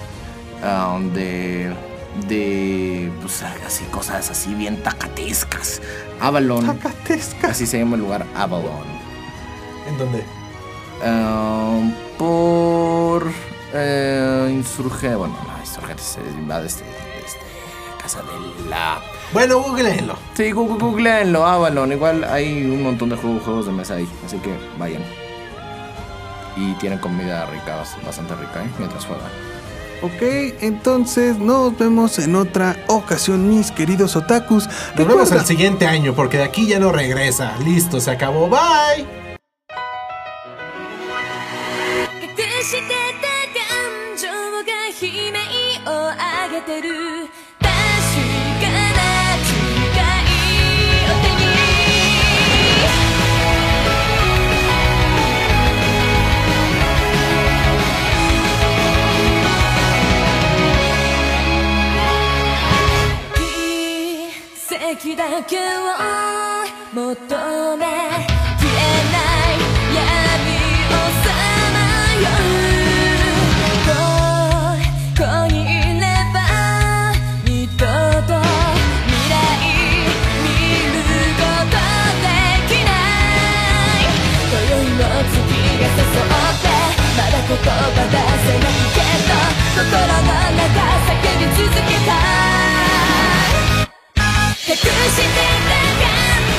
ah, de, de, pues así, cosas así bien tacatescas. Avalon, Tacatesca. así se llama el lugar, Avalon. ¿En dónde? Ah, por eh, insurge, bueno, no, insurgente se va de este, de este, casa de la. Bueno, googleenlo. Sí, gu- gu- googleenlo, Avalon. Igual hay un montón de juegos, juegos de mesa ahí, así que vayan. Y tienen comida rica, bas- bastante rica, ¿eh? mientras juegan. Ok, entonces nos vemos en otra ocasión, mis queridos otakus. Nos vemos Recuerda- el siguiente año porque de aquí ya no regresa. Listo, se acabó. Bye. 隠してた感情が悲鳴を上げてる確かな機会を手に奇跡だけを求め消えない闇をさまようここにいれば二度と未来見ることできない今宵も月が誘ってまだ言葉出せないけど心の中叫び続けたい隠してた感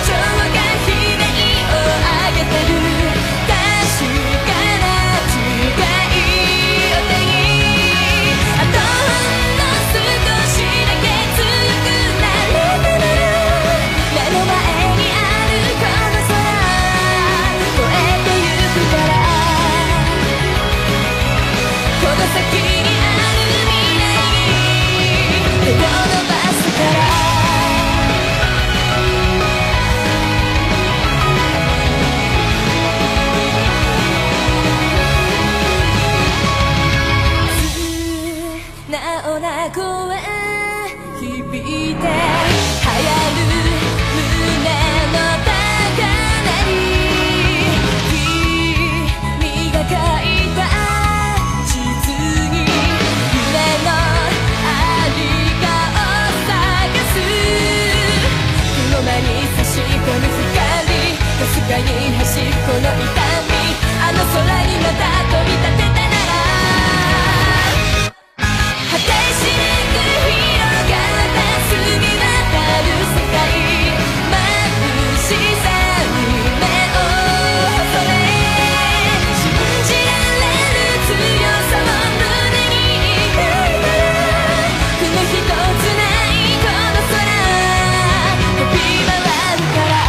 情がの痛みあの空にまた飛び立てたなら果てしなく広がった澄み渡る世界眩しさに目をそれ信じられる強さを胸に抱いたら雲ひとつないこの空飛び回るから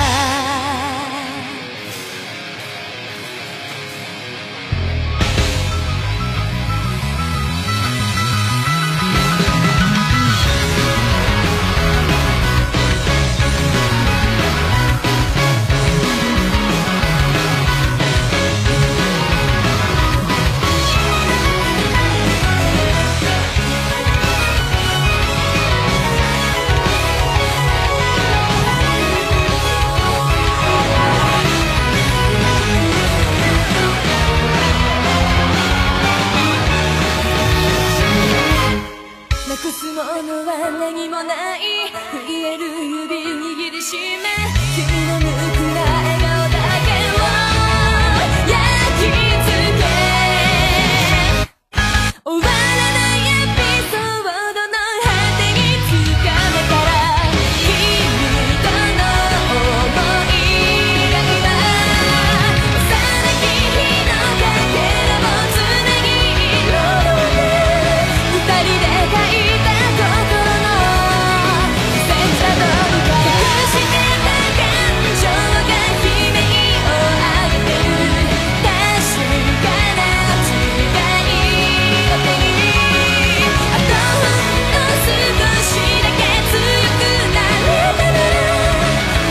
なくすものは何もない震える指握りしめ君のぬくな笑顔だけを焼き付け終わらないエピソードの果てにつかめたら君との想いが今幼き日のかけらもつなぎ色ろで二人で書いた心の戦車どうか隠してた感情が悲鳴を上げてる確かな違いを手にあとほんの少しだけ強くなれたなら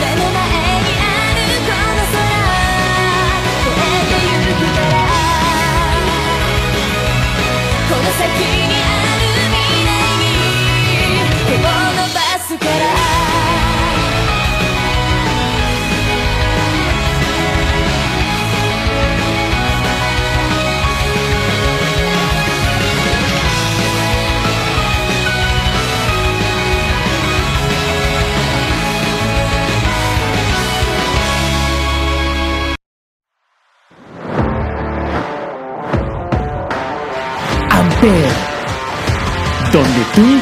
目の前にあるこの空越えてゆくからこの先にある未来に手を伸ばすから Amper. Donde tú